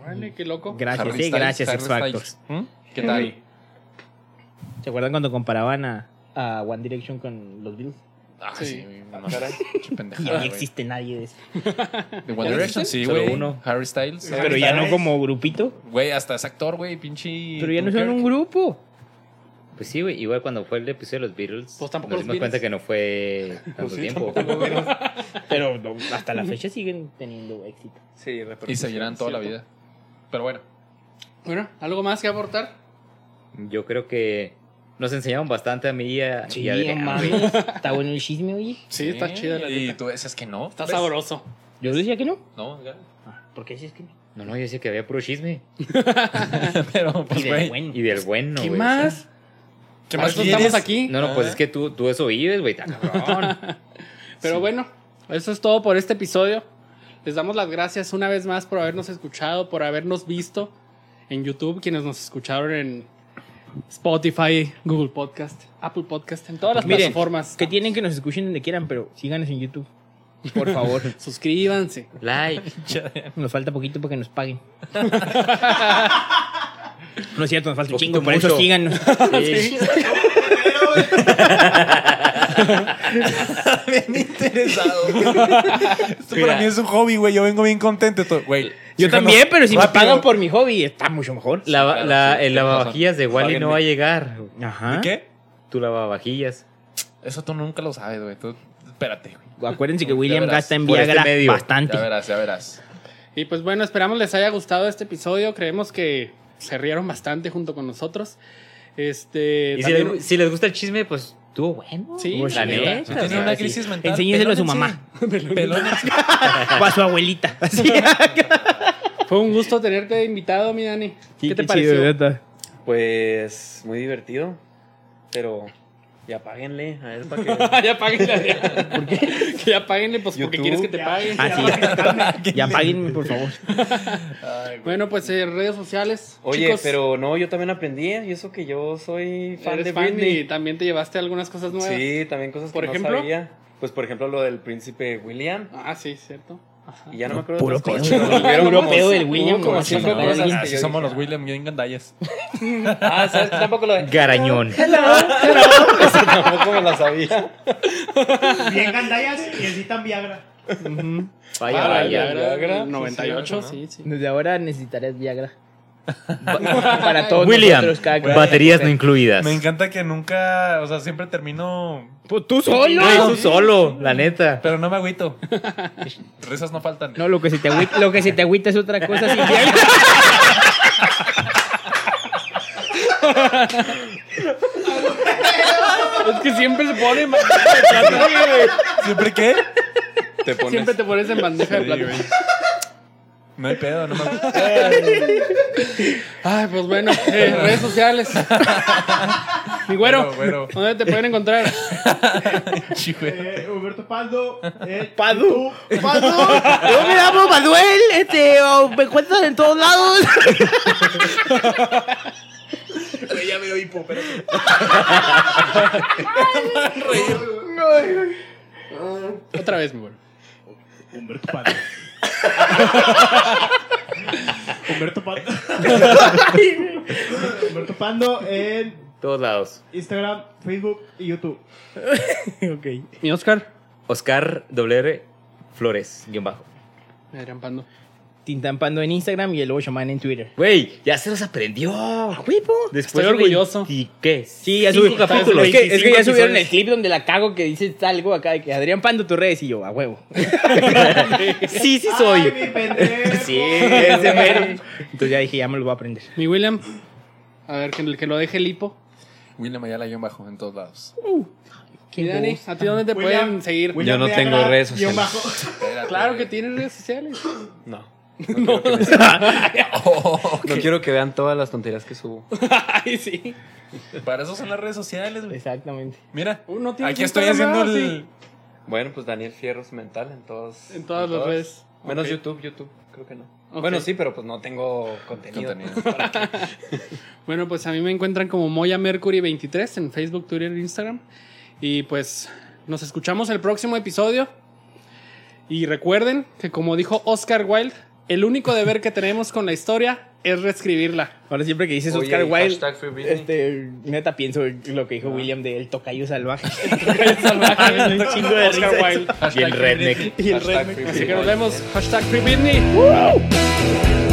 Vale, qué loco.
Gracias,
Harry
sí,
Styles,
gracias,
Harry
X Factor.
Styles. ¿Mm? ¿Qué tal?
¿Se acuerdan cuando comparaban a, a One Direction con los Beatles?
Ah,
Sí.
sí, güey, no,
caray.
pinche
Y
pendejada,
no
Ah, güey.
existe nadie de eso.
¿De One Direction? Sí,
Solo
güey.
uno.
Harry Styles.
Pero ya no como grupito.
Güey, hasta es actor, güey, pinche.
Pero ya no son
Dunkirk.
un grupo.
Pues sí, güey. Igual cuando fue el episodio de los Beatles,
Pues tampoco
nos
los
dimos cuenta
Beatles.
que no fue tanto
sí,
tiempo.
Pero no, hasta la fecha siguen teniendo éxito.
Sí,
Y seguirán toda la vida. Pero bueno,
Bueno, ¿algo más que aportar?
Yo creo que nos enseñaron bastante a mí y a,
Sí,
y a Adrián,
no
güey.
mames. Está bueno el chisme, oye.
Sí, está chida la
Y
neta.
tú decías que no.
Está
¿ves?
sabroso.
Yo decía que no.
No, ya.
¿Por qué dices que no?
No, no, yo decía que había puro chisme.
pero pues,
Y de
güey.
bueno.
Y del bueno,
¿Qué
güey.
más?
¿Qué
Para
más
eso estamos
quieres?
aquí.
No, no, pues es que tú, tú eso vives, güey. está cabrón.
Pero bueno, eso es todo por este episodio. Les damos las gracias una vez más por habernos escuchado, por habernos visto en YouTube, quienes nos escucharon en Spotify, Google Podcast, Apple Podcast, en todas las
Miren,
plataformas.
Que tienen que nos escuchen donde quieran, pero síganos en YouTube. Por favor.
Suscríbanse.
Like.
nos falta poquito para que nos paguen. no es cierto, nos falta un
Poquito,
chingo. Por eso
mucho.
síganos.
Sí.
bien interesado. Esto para mí es un hobby, güey. Yo vengo bien contento. Esto- Güey.
Yo
síganos
también, pero si me
rápido.
pagan por mi hobby, está mucho mejor.
La,
claro,
la,
sí,
el
tienes
lavavajillas
razón.
de Wally no
Páguenme.
va a llegar.
Ajá.
¿Qué?
Tu lavavajillas.
Eso tú nunca lo sabes, güey. Tú, espérate, güey.
Acuérdense que
Ya
William
verás,
gasta en
por
Viagra
este medio.
bastante.
Ya verás, ya verás.
Y pues bueno, esperamos les haya gustado este episodio. Creemos que se rieron bastante junto con nosotros. Este.
Y si,
también-
les, si les gusta el chisme, pues estuvo bueno.
Sí,
la
sí,
neta.
¿eh?
Si tienen
Ah,
una
sí.
crisis mental.
Enséñenselo a su
pelónense. Pelónense.
O a su abuelita. Así.
Fue un gusto tenerte de invitado, mi Dani. ¿Qué te pareció?
Pues muy divertido, pero ya páguenle. A ver, para que...
Ah, ya páguenle. ¿Por qué? Que ya páguenle, pues porque
YouTube.
quieres que te paguen.
Así. Ah, ya páguenme, por favor.
Bueno, pues en redes sociales.
Oye,
chicos,
pero no, yo también aprendí, ¿eh? y eso que yo soy fan
eres
de
fan y
Britney.
también te llevaste algunas cosas nuevas.
Sí, también cosas
¿Por
que
ejemplo?
no sabía. Pues por ejemplo lo del príncipe William.
Ah, sí, cierto. Ajá.
Y ya no, me acuerdo
Puro
otras
pedo.
cosas, pero volvieron
Puro
como-
pedo del William.
como
como
cinco
siempre.
cosas que
Así
yo
somos
dije,
los William bien gandallas.
Ah, ¿sabes? Tampoco lo
Garañón.
Eso tampoco me lo sabía.
Bien gandallas y necesitan Viagra.
Vaya,
Ah, la
vaya.
Viagra,
Viagra,
el 98, sí, sí.
Desde ahora necesitarás Viagra. Para todos
William,
nosotros, cada quien.
baterías no incluidas.
Me encanta que nunca, o sea, siempre termino,
Pues tú solo.
Güey, tú solo, la neta.
pero no me agüito. Risas no faltan.
No, lo que se te agüita, lo que se te agüita es otra cosa sin Viagra.
Es que siempre se pone en bandeja de plata, güey.
¿Siempre qué?
Te pones.
Siempre te pones en bandeja de
Sí,
plata.
güey. No hay pedo, no me agüito.
Ay, pues bueno, eh, redes sociales. Mi güero,
Güero, güero.
¿dónde te pueden encontrar?
Sí, güey.
Eh, Humberto Paldo. eh,
Paldo.
tú, Paldo.
Yo me llamo Manuel, este, o me encuentran en todos lados.
Otra vez, mi güero.
Humberto Paldo. Humberto Paldo. Humberto Paldo en
Todos lados.
Instagram, Facebook y YouTube.
Mi Oscar.
Oscar WR Flores, guión bajo.
Adrián Pando.
Tintampando en Instagram y el Lobo Shaman en Twitter.
Güey, ya se los aprendió. ¡A huevo! Después
Estoy
de
orgulloso.
20 ¿Qué?
Sí, ya
Cinco
subieron
capítulos.
Es que, es que ya
25
subieron el
episodios.
clip donde la cago que dice algo acá de que Adrián Pando tus redes y yo, a huevo. sí, sí soy.
Ay, mi pendejo.
sí, ese mero. Entonces ya dije, ya me lo voy a aprender.
Mi William. A ver, que, que lo deje el hipo.
William Ayala guión bajo en todos lados.
Y Dani, ¿a ti dónde te
William,
pueden seguir?
William
Yo no
de
tengo
Agra,
redes
guión
sociales.
bajo.
Espérate.
Claro que tienes redes sociales.
No. No quiero, que me sigan.
Oh.
No quiero que vean todas las tonterías que subo.
Ay, sí.
Para eso son las redes sociales, güey.
Exactamente.
Mira,
Uh, no tienes
aquí estoy
Instagram,
haciendo
¿verdad?
el.
Bueno, pues Daniel Fierros Mental en todas.
Sí, En todas las redes.
Menos
Ok.
YouTube, YouTube, creo que no.
Ok.
Bueno, sí, pero pues no tengo contenido.
Contenido.
¿Para qué?
Bueno, pues a mí me encuentran como Moya Mercury 23 en Facebook, Twitter, Instagram. Y pues nos escuchamos el próximo episodio. Y recuerden que como dijo Oscar Wilde, el único deber que tenemos con la historia es reescribirla.
Ahora siempre que dices
Oye,
Oscar
y
Wilde,
hashtag Free Britney.
este, neta pienso en lo que dijo William de El Tocayo Salvaje. Un chingo de
Oscar
risa.
Wilde.
Y el redneck.
Y el
Hashtag
redneck.
Free
Así que
Britney.
nos vemos. Hashtag Free Britney.